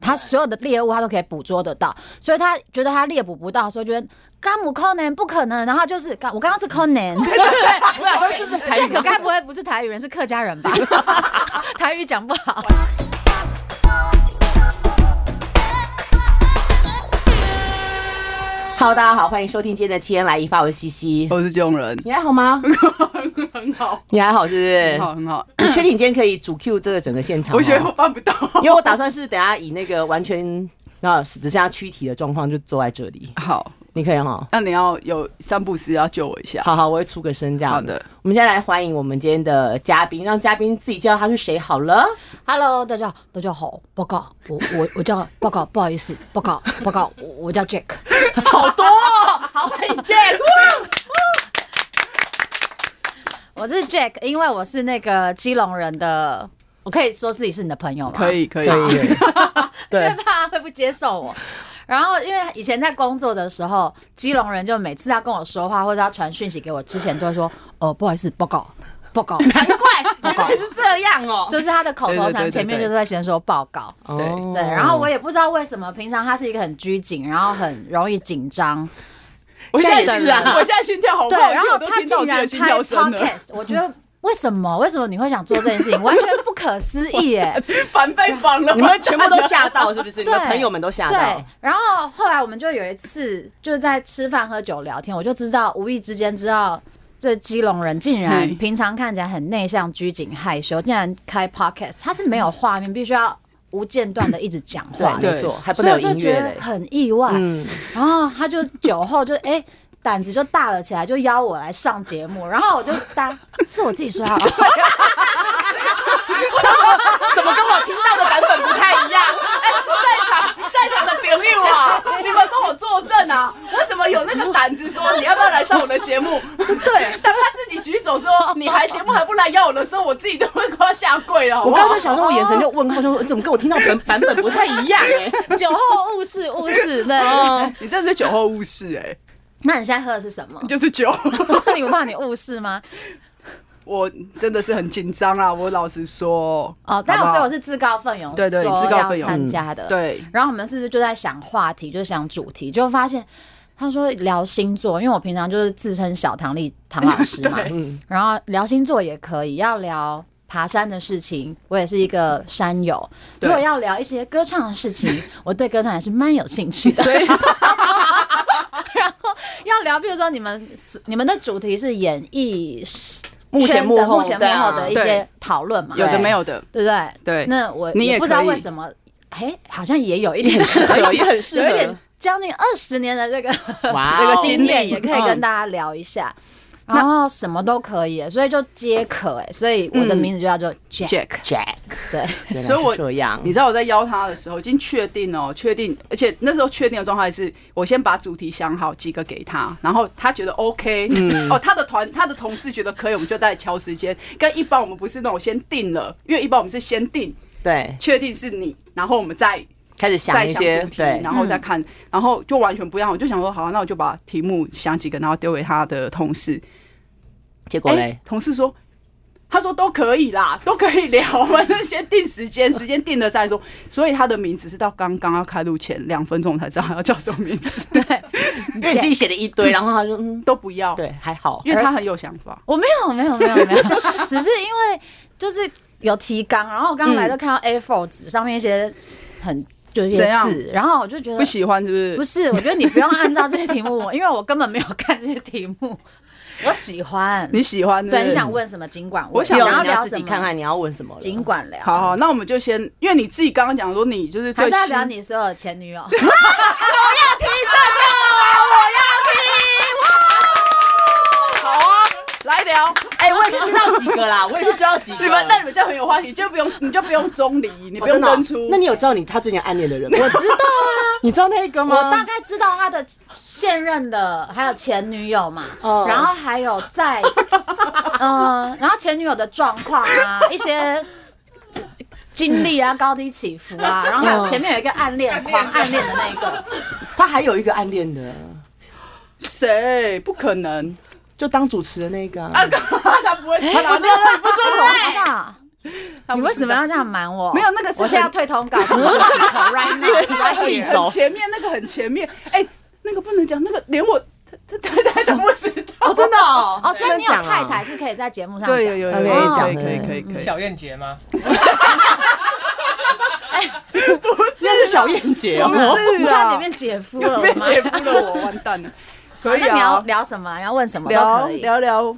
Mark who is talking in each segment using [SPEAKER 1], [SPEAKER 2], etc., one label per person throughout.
[SPEAKER 1] 他所有的猎物他都可以捕捉得到，所以他觉得他猎捕不到，所以觉得干姆 Conan 不可能，然后就是干我刚刚是 Conan，
[SPEAKER 2] 我想说就是台
[SPEAKER 1] 这
[SPEAKER 2] 语
[SPEAKER 1] 个该不会不是台语人，是客家人吧？ 台语讲不好。
[SPEAKER 2] Hello，大家好，欢迎收听今天的《七天来一发》，我是西西。
[SPEAKER 3] 我是这种人，
[SPEAKER 2] 你还好 吗？
[SPEAKER 3] 很好，
[SPEAKER 2] 你还好是
[SPEAKER 3] 很好，很好。
[SPEAKER 2] 不是？你确定你今天可以主 Q 这个整个现场吗？
[SPEAKER 3] 我觉得我办不到。
[SPEAKER 2] 因为我打算是等下以那个完全那只剩下躯体的状况就坐在这里，
[SPEAKER 3] 好，
[SPEAKER 2] 你可以哈。
[SPEAKER 3] 那你要有三不四要救我一下。
[SPEAKER 2] 好好，我会出个声这样。
[SPEAKER 3] 好的，
[SPEAKER 2] 我们现在来欢迎我们今天的嘉宾，让嘉宾自己叫他是谁好 了。
[SPEAKER 1] Hello，大家好，大家好，报告，我我我叫报告，不好意思，报告报告，我我叫 Jack。
[SPEAKER 2] 好多、哦，好欢迎 Jack。
[SPEAKER 1] 我是 Jack，因为我是那个基隆人的，我可以说自己是你的朋友吗？
[SPEAKER 3] 可，以，可以，啊
[SPEAKER 1] 因为
[SPEAKER 2] 对，
[SPEAKER 1] 怕他会不接受我。然后，因为以前在工作的时候，基隆人就每次他跟我说话或者他传讯息给我之前，都会说：“哦，不好意思，报告，报 告。
[SPEAKER 2] 难怪原来是这样哦”。
[SPEAKER 1] 就是他的口头禅前面就是在先说报告。
[SPEAKER 2] 哦
[SPEAKER 1] 对，然后我也不知道为什么，平常他是一个很拘谨，然后很容易紧张。
[SPEAKER 3] 我现在
[SPEAKER 2] 现在也是啊
[SPEAKER 3] 我现在心跳好
[SPEAKER 1] 对，
[SPEAKER 3] 快，
[SPEAKER 1] 然后
[SPEAKER 3] 哦我都
[SPEAKER 1] 他
[SPEAKER 3] 听
[SPEAKER 1] 竟
[SPEAKER 3] 到我自己
[SPEAKER 1] 然
[SPEAKER 3] 的心
[SPEAKER 1] 开
[SPEAKER 3] 跳声了，
[SPEAKER 1] podcast，我觉得为什么？为什么你会想做这件事情？完全不可思议耶、
[SPEAKER 3] 反被绑了。
[SPEAKER 2] 你们全部都吓到是不是？你
[SPEAKER 1] 对
[SPEAKER 2] 的朋友们都吓
[SPEAKER 1] 对
[SPEAKER 2] 到。，
[SPEAKER 1] 然后后来我们就有一次就是在吃饭喝酒聊天，我就知道无意之间知道这基隆人竟然
[SPEAKER 3] 嗯
[SPEAKER 1] 平常看起来很内向、拘谨、害羞，竟然开 podcast，他是没有画面，必须要无间断的一直讲话
[SPEAKER 2] 对，
[SPEAKER 1] 的，
[SPEAKER 2] 没错，还不
[SPEAKER 1] 所以
[SPEAKER 2] 能
[SPEAKER 1] 我
[SPEAKER 2] 有
[SPEAKER 1] 就
[SPEAKER 2] 音
[SPEAKER 1] 觉
[SPEAKER 2] 乐
[SPEAKER 1] 得
[SPEAKER 2] 嘞。
[SPEAKER 1] 很意外。
[SPEAKER 2] 嗯，
[SPEAKER 1] 然后他就酒后就哎。胆子就大了起来，就邀我来上节目，然后我就当是我自己说好，
[SPEAKER 2] 怎么跟我听到的版本不太一样？ 啊
[SPEAKER 3] 在场在场的朋友 啊，你们帮我作证啊！我怎么有那个胆子说你要不要来上我的节 目？
[SPEAKER 2] 对，
[SPEAKER 3] 当他自己举手说 你还节目还不来要我的时候，我自己都会快要下跪了，好
[SPEAKER 2] 我
[SPEAKER 3] 不
[SPEAKER 2] 刚
[SPEAKER 3] 好
[SPEAKER 2] 刚？想说，我眼神就问号，就说怎么跟我听到版版本不太一样哎、
[SPEAKER 1] 酒后误事误事。对，
[SPEAKER 2] 哦，
[SPEAKER 3] 你真的是酒后误事哎、
[SPEAKER 1] 那你现在喝的是什么？
[SPEAKER 3] 就是酒。
[SPEAKER 1] 你不怕你误事吗？
[SPEAKER 3] 我真的是很紧张啊！我老实说，
[SPEAKER 1] 哦，但
[SPEAKER 3] 好
[SPEAKER 1] 我
[SPEAKER 3] 不好
[SPEAKER 1] 所以我是自告奋勇，
[SPEAKER 3] 对对自告奋勇嗯
[SPEAKER 1] 参加的。，
[SPEAKER 3] 对，，
[SPEAKER 1] 然后我们是不是就在想话题，就想主题，就发现他说聊星座，因为我平常就是自称小唐丽唐老师嘛
[SPEAKER 3] 对
[SPEAKER 2] 嗯，
[SPEAKER 1] 然后聊星座也可以，要聊。爬山的事情，我也是一个山友。如
[SPEAKER 3] 对
[SPEAKER 1] 果要聊一些歌唱的事情，我对歌唱也是蛮有兴趣 的。
[SPEAKER 3] 所以
[SPEAKER 1] 然后要聊，比如说你们你们的主题是演艺
[SPEAKER 2] 幕前
[SPEAKER 1] 圈
[SPEAKER 2] 幕
[SPEAKER 1] 的
[SPEAKER 2] 后
[SPEAKER 1] 幕前幕后的一些
[SPEAKER 3] 对
[SPEAKER 1] 讨论嘛，
[SPEAKER 3] 有的没有的，
[SPEAKER 1] 对不对？
[SPEAKER 3] 对，
[SPEAKER 1] 那我
[SPEAKER 3] 你也
[SPEAKER 1] 不知道
[SPEAKER 3] 可以
[SPEAKER 1] 为什么，哎，好像也有一 点是
[SPEAKER 2] 有也很适
[SPEAKER 1] 有一点
[SPEAKER 2] 合。
[SPEAKER 1] 将近二十年 的这个
[SPEAKER 2] 哇
[SPEAKER 3] 这个
[SPEAKER 2] 哦
[SPEAKER 3] 经
[SPEAKER 1] 经验，
[SPEAKER 3] 历
[SPEAKER 1] 也可以跟大家聊一 下。然后什么都可以，所以就皆可哎，所以我的名字就叫做 Jack，、
[SPEAKER 3] 嗯 Jack。
[SPEAKER 2] Jack，
[SPEAKER 1] 对，
[SPEAKER 2] 原来是
[SPEAKER 3] 所以我
[SPEAKER 2] 这样，
[SPEAKER 3] 你知道我在邀他的时候，已经确定哦，确定，而且那时候确定的状态是，我先把主题想好几个给他，然后他觉得 OK，、哦，他的团他的同事觉得可以，我们就再敲时间。跟一般我们不是那种先定了，因为一般我们是先定，
[SPEAKER 2] 对，
[SPEAKER 3] 确定是你，然后我们再
[SPEAKER 2] 开始
[SPEAKER 3] 再
[SPEAKER 2] 想一
[SPEAKER 3] 想
[SPEAKER 2] 些
[SPEAKER 3] 主题，
[SPEAKER 2] 对
[SPEAKER 3] 然后再看，然后就完全不一样。我就想说，好啊、那我就把题目想几个，然后丢给他的同事。
[SPEAKER 2] 结果
[SPEAKER 3] 哎
[SPEAKER 2] 嘞，
[SPEAKER 3] 同事说，他说都可以啦， 都可以聊，反正先定时间，时间定了再说。所以他的名字是到刚刚要开录前两分钟我才知道他要叫什么名字，
[SPEAKER 2] 因为你自己写了一堆，然后他说嗯，
[SPEAKER 3] 都不要，
[SPEAKER 2] 对，还好，
[SPEAKER 3] 因为他很有想法。
[SPEAKER 1] 我没有没有没有没有， 只是因为就是有提纲，然后我刚来就看到 A4 纸上面一些很就是一些
[SPEAKER 3] 怎样
[SPEAKER 1] 字，然后我就觉得
[SPEAKER 3] 不喜欢是不是？
[SPEAKER 1] 不是，我觉得你不用按照这些题目，因为我根本没有看这些题目，我喜欢。
[SPEAKER 3] 你喜欢是不是
[SPEAKER 1] 对，你想问什么尽管问
[SPEAKER 3] 我想
[SPEAKER 1] 想
[SPEAKER 2] 希望
[SPEAKER 1] 要
[SPEAKER 2] 你要
[SPEAKER 1] 聊
[SPEAKER 2] 自
[SPEAKER 1] 什
[SPEAKER 2] 己
[SPEAKER 1] 么，
[SPEAKER 2] 看看你要问什么了。
[SPEAKER 1] 尽管聊。
[SPEAKER 3] 好好，那我们就先，因为你自己刚刚讲说你就是
[SPEAKER 1] 还
[SPEAKER 3] 对
[SPEAKER 1] 是要聊
[SPEAKER 3] 新
[SPEAKER 1] 你所有的前女友。
[SPEAKER 3] 啊好啊，来聊。
[SPEAKER 2] 哎，我也是知道几个啦，我也是知道几个。
[SPEAKER 3] 你们那你们就很有话题，就不用你就不用钟离，你
[SPEAKER 2] 哦
[SPEAKER 3] 不用
[SPEAKER 2] 真的哦
[SPEAKER 3] 登出。
[SPEAKER 2] 那你有知道你他之前暗恋的人吗？
[SPEAKER 1] 我知道啊，
[SPEAKER 2] 你知道那一个 吗？
[SPEAKER 1] 我大概知道他的现任的，还有前女友嘛，
[SPEAKER 2] 哦
[SPEAKER 1] 然后还有在，嗯，然后前女友的状况啊，一些。经历啊，高低起伏啊，然后还有前面有一个暗恋狂暗恋的那一个，
[SPEAKER 2] 他还有一个暗恋的，
[SPEAKER 3] 谁不可能？
[SPEAKER 2] 就当主持的那个啊。
[SPEAKER 3] 他不会，
[SPEAKER 2] 他不知道，
[SPEAKER 1] 我知道，
[SPEAKER 3] 他
[SPEAKER 1] 你
[SPEAKER 3] 不
[SPEAKER 1] 为什
[SPEAKER 3] 知
[SPEAKER 1] 么
[SPEAKER 3] 道
[SPEAKER 1] 要这样瞒我？
[SPEAKER 3] 没有那个是
[SPEAKER 1] 我现在
[SPEAKER 3] 很
[SPEAKER 1] 要退通稿只是，right now，right
[SPEAKER 2] 自己
[SPEAKER 3] 很
[SPEAKER 1] here
[SPEAKER 2] 走
[SPEAKER 3] 前面那个很前面，哎、那个不能讲，那个连我他太太都不知道。
[SPEAKER 2] 哦，真的哦，
[SPEAKER 1] 哦，所以你有
[SPEAKER 2] 真的讲
[SPEAKER 1] 太
[SPEAKER 2] 啊
[SPEAKER 1] 太是可以在节目上
[SPEAKER 3] 对，有啊
[SPEAKER 1] 讲。哦
[SPEAKER 3] 有
[SPEAKER 2] 他
[SPEAKER 1] 以讲
[SPEAKER 3] 有，可
[SPEAKER 2] 可
[SPEAKER 3] 以
[SPEAKER 2] 的
[SPEAKER 3] 可以可以可以。
[SPEAKER 4] 小燕姐吗？
[SPEAKER 2] 那是小燕姐
[SPEAKER 3] 不
[SPEAKER 2] 哦，
[SPEAKER 1] 你
[SPEAKER 3] 是
[SPEAKER 1] 差
[SPEAKER 3] 啊，
[SPEAKER 1] 点变姐夫了，
[SPEAKER 3] 又
[SPEAKER 1] 我的
[SPEAKER 3] 变
[SPEAKER 1] 妈！
[SPEAKER 3] 姐夫了，我完蛋了。可以
[SPEAKER 1] 那你要
[SPEAKER 3] 啊，
[SPEAKER 1] 聊什么？要问什么都
[SPEAKER 3] 聊
[SPEAKER 1] 可以。
[SPEAKER 3] 聊聊，
[SPEAKER 2] 我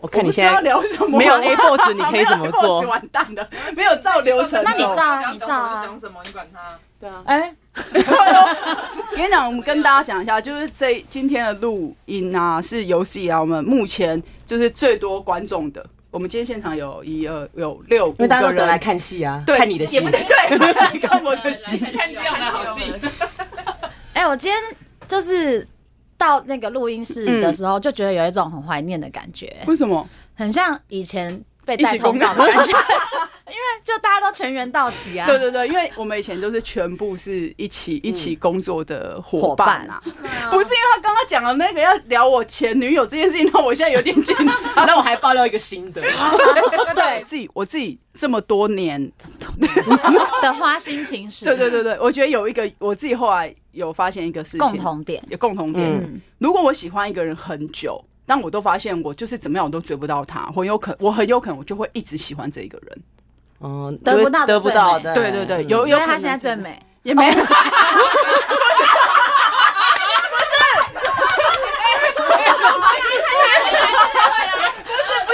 [SPEAKER 3] 我
[SPEAKER 2] 看
[SPEAKER 3] 不
[SPEAKER 2] 你
[SPEAKER 3] 知
[SPEAKER 2] 现
[SPEAKER 3] 道
[SPEAKER 2] 在
[SPEAKER 3] 聊什么，
[SPEAKER 2] 没有 A4 纸你可以怎么
[SPEAKER 3] 没有 A4
[SPEAKER 2] 做
[SPEAKER 3] 纸完蛋了，没有照流程走。
[SPEAKER 1] 那你照啊
[SPEAKER 4] 想
[SPEAKER 1] 你
[SPEAKER 4] 讲
[SPEAKER 1] 照啊
[SPEAKER 4] 什么就讲什么，你管他。
[SPEAKER 2] 对啊，
[SPEAKER 1] 哎，
[SPEAKER 3] 我跟你讲，我们跟大家讲一下，就是这今天的录音啊，是有史以来我们目前就是最多观众的。我们今天现场有一二有六
[SPEAKER 2] 因为
[SPEAKER 3] 五
[SPEAKER 2] 大家
[SPEAKER 3] 个
[SPEAKER 2] 都得来
[SPEAKER 3] 人，
[SPEAKER 2] 看戏啊，
[SPEAKER 3] 对，
[SPEAKER 2] 看你的戏
[SPEAKER 3] 也不，对，对，来看我的戏。
[SPEAKER 4] 看这样的好戏，
[SPEAKER 1] 哎、我今天就是到那个录音
[SPEAKER 3] 嗯
[SPEAKER 1] 室的时候，就觉得有一种很怀念的感觉，
[SPEAKER 3] 为什么？
[SPEAKER 1] 很像以前被
[SPEAKER 3] 一
[SPEAKER 1] 带
[SPEAKER 3] 起
[SPEAKER 1] 通
[SPEAKER 3] 公
[SPEAKER 1] 告
[SPEAKER 3] 干
[SPEAKER 1] 的感觉，因 为就大家都全员到齐啊。
[SPEAKER 3] 对对对，因为我们以前都是全部是一起一起工作的嗯伙伴啊， 不是因为他刚刚讲的那个要聊我前女友这件事情，那我现在有点紧 张。
[SPEAKER 2] 那我还爆料一个新 的，
[SPEAKER 1] 对
[SPEAKER 3] 自己我自己这么多年，
[SPEAKER 1] 的花心情史，
[SPEAKER 3] 对对对对，我觉得有一个我自己后来有发现一个事情，
[SPEAKER 1] 共同点。
[SPEAKER 3] 有共同点。
[SPEAKER 2] 嗯
[SPEAKER 3] 如果我喜欢一个人很久，但我都发现我就是怎么样我都追不到他，我有可我很有可能我就会一直喜欢这一个人。
[SPEAKER 2] 嗯，
[SPEAKER 1] 得不到的
[SPEAKER 2] 得不到
[SPEAKER 1] 最
[SPEAKER 2] 的，
[SPEAKER 3] 对对对，
[SPEAKER 2] 嗯
[SPEAKER 3] 有
[SPEAKER 1] 所
[SPEAKER 3] 有
[SPEAKER 1] 以
[SPEAKER 3] 可
[SPEAKER 1] 她
[SPEAKER 3] 能
[SPEAKER 1] 现在最
[SPEAKER 3] 是
[SPEAKER 1] 美，
[SPEAKER 3] 也没有。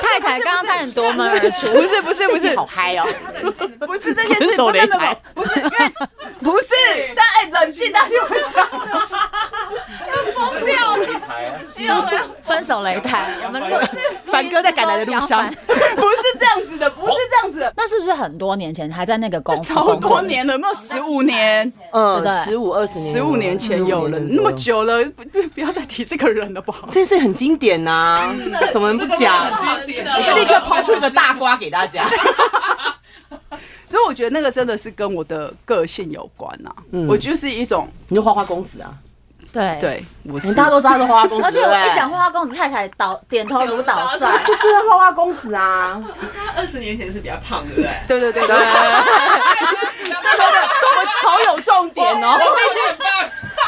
[SPEAKER 1] 太太刚刚差点夺门而出。
[SPEAKER 3] 不是不是不
[SPEAKER 2] 自己
[SPEAKER 3] 是
[SPEAKER 2] 好嗨哦，
[SPEAKER 3] 不是这件事，
[SPEAKER 2] 分手
[SPEAKER 3] 不
[SPEAKER 2] 擂
[SPEAKER 3] 是不
[SPEAKER 2] 台
[SPEAKER 3] 不是因为不是，但哎、冷静，大家会讲，
[SPEAKER 4] 票舞台，
[SPEAKER 1] 分手擂台，我们 录
[SPEAKER 2] 凡哥在赶来的路上，
[SPEAKER 3] 不是这样子的，不是这样子的，
[SPEAKER 1] 那是不是很多年前还在那个公 司
[SPEAKER 3] 超
[SPEAKER 1] 工作
[SPEAKER 3] 多？年了，有没有十五年？
[SPEAKER 1] 对不
[SPEAKER 2] 嗯，
[SPEAKER 1] 对
[SPEAKER 2] 十五二十年，
[SPEAKER 3] 十五年前有了，
[SPEAKER 2] 人，
[SPEAKER 3] 那么，久了，不不不要再提这个人了，不好。
[SPEAKER 2] 这是很经典呐，怎么不讲？我就立刻抛出一个大瓜给大家，
[SPEAKER 3] 所以我觉得那个真的是跟我的个性有关呐、
[SPEAKER 2] 嗯
[SPEAKER 3] 我就是一种
[SPEAKER 2] 你就花花公子啊，
[SPEAKER 1] 对。
[SPEAKER 3] 对，我
[SPEAKER 2] 我
[SPEAKER 3] 是
[SPEAKER 2] 们大家都知道他是花花公子，
[SPEAKER 1] 而且我一讲
[SPEAKER 2] 话。
[SPEAKER 1] 花花公子太太倒点头如捣蒜，
[SPEAKER 2] 就真的花花公子啊！
[SPEAKER 4] 二十年前是比较胖，对不对？
[SPEAKER 3] 对对对对，
[SPEAKER 2] 好有重点哦！
[SPEAKER 4] 必须棒。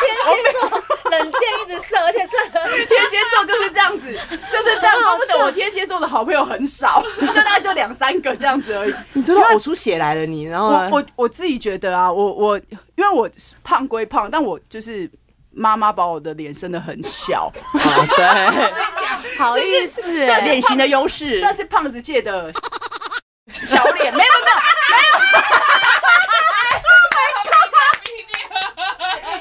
[SPEAKER 1] 天蝎座冷箭一直射，而且射得
[SPEAKER 3] 天蝎座就是这样子，就是这样，怪不得我天蝎座的好朋友很 少，就大概就两三个这样子而已。
[SPEAKER 2] 你真的呕出血来了，你然后
[SPEAKER 3] 我
[SPEAKER 2] 呢
[SPEAKER 3] 我我自己觉得啊，我我因为我胖归胖，但我就是妈妈把我的脸生的很小，
[SPEAKER 2] 啊 对，
[SPEAKER 1] 好意思欸，
[SPEAKER 3] 算
[SPEAKER 2] 典型的优势，
[SPEAKER 3] 算是胖子界的小脸，没有 没有没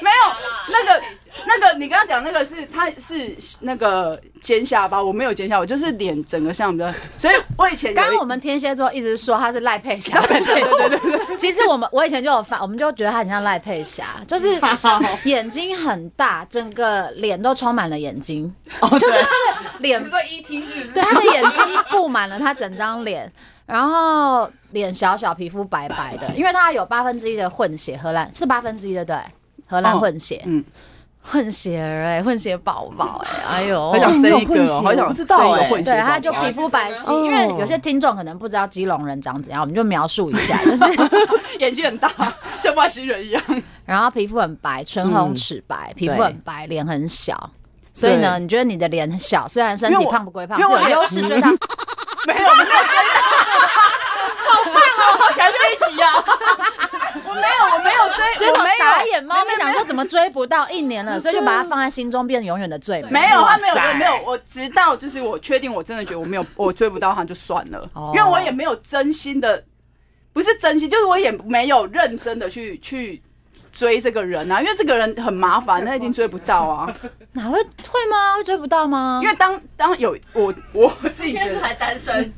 [SPEAKER 3] 有没有那个。那个你刚刚讲那个是他是那个尖下巴，我没有尖下巴，我就是脸整个像比较，所以我以前有一
[SPEAKER 1] 刚刚我们天蝎座一直说他是赖佩霞，赖佩霞。其实我们我以前就有发，我们就觉得他很像赖佩霞， 就是眼睛很大，整个脸都充满了眼睛，
[SPEAKER 2] 哦
[SPEAKER 1] 就是他的脸
[SPEAKER 4] 你，说 ET 是不是
[SPEAKER 1] 对？他的眼睛布满了他整张脸，然后脸小小，皮肤白白的，因为他有八分之一的混血，荷兰是八分之一的对，荷兰
[SPEAKER 3] 哦
[SPEAKER 1] 混血，
[SPEAKER 3] 嗯
[SPEAKER 1] 混血儿哎、混血宝宝哎，哎呦，
[SPEAKER 3] 好想生一个、
[SPEAKER 2] 哎
[SPEAKER 3] 哦，
[SPEAKER 2] 你有混血
[SPEAKER 3] 好
[SPEAKER 2] 我
[SPEAKER 3] 想
[SPEAKER 2] 不知道
[SPEAKER 3] 生一个
[SPEAKER 2] 哎
[SPEAKER 3] 混血
[SPEAKER 1] 对，
[SPEAKER 3] 宝宝
[SPEAKER 1] 他就皮肤白皙，
[SPEAKER 2] 哦
[SPEAKER 1] 因为有些听众可能不知道基隆人长怎样，我们就描述一下，就是
[SPEAKER 3] 眼睛很大，像外星人一样。
[SPEAKER 1] 然后皮肤很白，唇
[SPEAKER 3] 嗯
[SPEAKER 1] 红齿白，皮肤很白，脸很小。所以呢，
[SPEAKER 3] 对
[SPEAKER 1] 你觉得你的脸很小，虽然身
[SPEAKER 3] 因
[SPEAKER 1] 体
[SPEAKER 3] 为我
[SPEAKER 1] 胖不归胖，
[SPEAKER 3] 因为我
[SPEAKER 1] 是有优势追他。
[SPEAKER 3] 没有，我没有追到。好棒哦！好喜欢这一集啊！我没有，我没有追，
[SPEAKER 1] 结
[SPEAKER 3] 我
[SPEAKER 1] 果
[SPEAKER 3] 没有
[SPEAKER 1] 傻眼猫
[SPEAKER 3] 没
[SPEAKER 1] 咪
[SPEAKER 3] 有
[SPEAKER 1] 想说怎么追不到一年了，所以就把它放在心中，变得永远的最美。
[SPEAKER 3] 没有，他没有
[SPEAKER 2] 哇塞
[SPEAKER 3] 追，没有。我直到就是我确定，我真的觉得我没有，我追不到他就算了
[SPEAKER 1] 哦，
[SPEAKER 3] 因为我也没有真心的，不是真心，就是我也没有认真的去去追这个人啊，因为这个人很麻烦，那一定追不到 啊。
[SPEAKER 1] 哪会会吗？会追不到吗
[SPEAKER 3] 因？为当当有我我自己觉
[SPEAKER 5] 现在
[SPEAKER 3] 得
[SPEAKER 5] 还单身，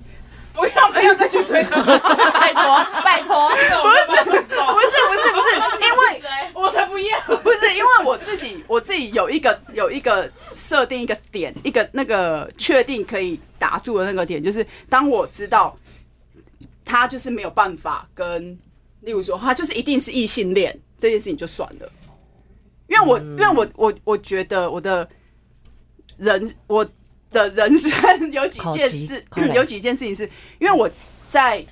[SPEAKER 4] 不要不要再去追他，
[SPEAKER 2] 拜托拜托，
[SPEAKER 4] 不是
[SPEAKER 3] 不
[SPEAKER 4] 不
[SPEAKER 3] 是不是不是，因为
[SPEAKER 4] 我才不要。
[SPEAKER 3] 不是因为我自己，我自己有一个有一个设定一个点，一个那个确定可以打住的那个点，就是当我知道他就是没有办法跟，例如说他就是一定是异性恋这件事情就算了，因为
[SPEAKER 1] 嗯
[SPEAKER 3] 我、因为我我我觉得我的人我的人生有几
[SPEAKER 1] 口
[SPEAKER 3] 件
[SPEAKER 1] 急
[SPEAKER 3] 事
[SPEAKER 1] 快，来
[SPEAKER 3] 有几件事情是因为我在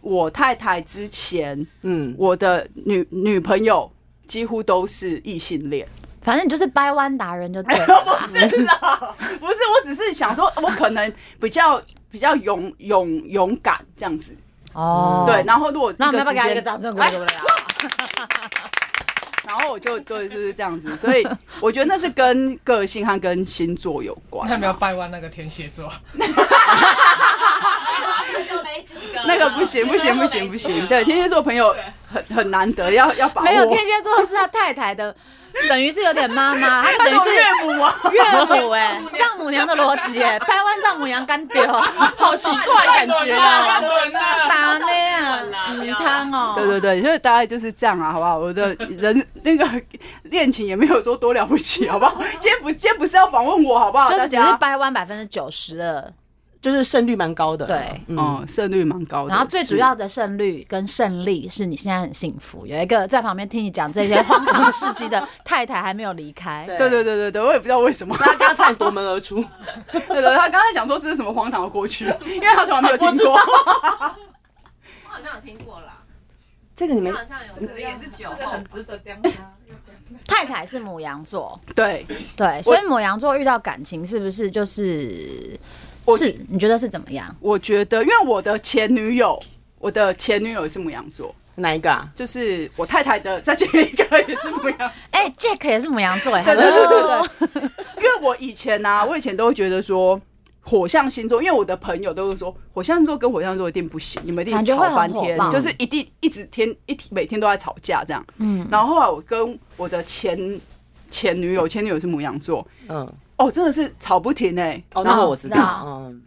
[SPEAKER 3] 我太太之前，
[SPEAKER 2] 嗯，
[SPEAKER 3] 我的女女朋友几乎都是异性恋。
[SPEAKER 1] 反正你就是掰弯达人就对了。
[SPEAKER 3] 不是啦， 不是，我只是想说，我可能比较比较勇勇勇敢这样子。
[SPEAKER 1] 哦，
[SPEAKER 3] 对，，然后如果
[SPEAKER 1] 那我们要
[SPEAKER 3] 个
[SPEAKER 1] 不要给他一个哎掌
[SPEAKER 3] 时间
[SPEAKER 1] 声鼓励？
[SPEAKER 3] 然后我就对就是这样子，所以我觉得那是跟 个性和跟星座有 关。
[SPEAKER 5] 那没有掰弯那个天蝎座，
[SPEAKER 6] 没几个，
[SPEAKER 3] 那个不行不行不行不行， 对天蝎座朋友很很难得，要要把握。
[SPEAKER 1] 没有天蝎座是他太太的， 等于是有点妈 妈，他等于是岳母啊，岳母哎，丈母娘的逻辑哎，掰弯丈母娘干丢，
[SPEAKER 2] 好奇怪感觉
[SPEAKER 4] 乱
[SPEAKER 2] 啊。
[SPEAKER 4] 伦啊！
[SPEAKER 1] 打妹啊，嗯汤哦，
[SPEAKER 3] 对对对，所以大概就是这样啊，好不好？我的人那个恋情也没有说多了不起，好不 好？今天不今天不是要访问我，好不好？
[SPEAKER 1] 就是
[SPEAKER 3] 大
[SPEAKER 1] 只是
[SPEAKER 3] 家
[SPEAKER 1] 掰弯百分之九十的，
[SPEAKER 2] 就是胜率蛮高的，
[SPEAKER 1] 对
[SPEAKER 2] 嗯，
[SPEAKER 3] 嗯，胜率蛮高的。
[SPEAKER 1] 然后最主
[SPEAKER 3] 是
[SPEAKER 1] 要的胜率跟胜利是你现在很幸福，有一个在旁边听你讲这些荒唐事迹的太太还没有离开，
[SPEAKER 3] 对对对对对，我也不知道为什么。
[SPEAKER 2] 大家差点夺门而出，
[SPEAKER 3] 对对，他刚才想说这是什么荒唐的过去，因为他从来没有听过。
[SPEAKER 6] 我好像有听过啦，
[SPEAKER 2] 这个你们
[SPEAKER 6] 好像有，可能也是酒
[SPEAKER 4] 这个
[SPEAKER 6] 后
[SPEAKER 4] 很。值得这样啊。
[SPEAKER 1] 太太是母羊座，
[SPEAKER 3] 对，
[SPEAKER 1] 对，所以母羊座遇到感情是不是就是
[SPEAKER 3] 我
[SPEAKER 1] 是你觉得是怎么样？
[SPEAKER 3] 我觉得，因为我的前女友，我的前女友也是母羊座，
[SPEAKER 2] 哪一个啊？
[SPEAKER 3] 就是我太太的再前一个也是母羊。
[SPEAKER 1] 哎、j a c k 也是母羊座哎，
[SPEAKER 3] 对对
[SPEAKER 1] hello
[SPEAKER 3] 对 对对， 因为我以前呢、啊，我以前都会觉得说。火象星座，因为我的朋友都是说火象星座跟火象星座一定不行，你们一定
[SPEAKER 1] 感觉
[SPEAKER 3] 吵
[SPEAKER 1] 会很
[SPEAKER 3] 翻
[SPEAKER 1] 火
[SPEAKER 3] 天，
[SPEAKER 1] 爆
[SPEAKER 3] 就是一定一直天一天每天都在吵架这样。
[SPEAKER 1] 嗯，
[SPEAKER 3] 然后后来我跟我的前前女友，前女友是母羊座，
[SPEAKER 2] 嗯，
[SPEAKER 3] 哦，真的是吵不停哎、
[SPEAKER 2] 哦，
[SPEAKER 3] 然
[SPEAKER 2] 那
[SPEAKER 3] 后
[SPEAKER 2] 个我知道， 嗯，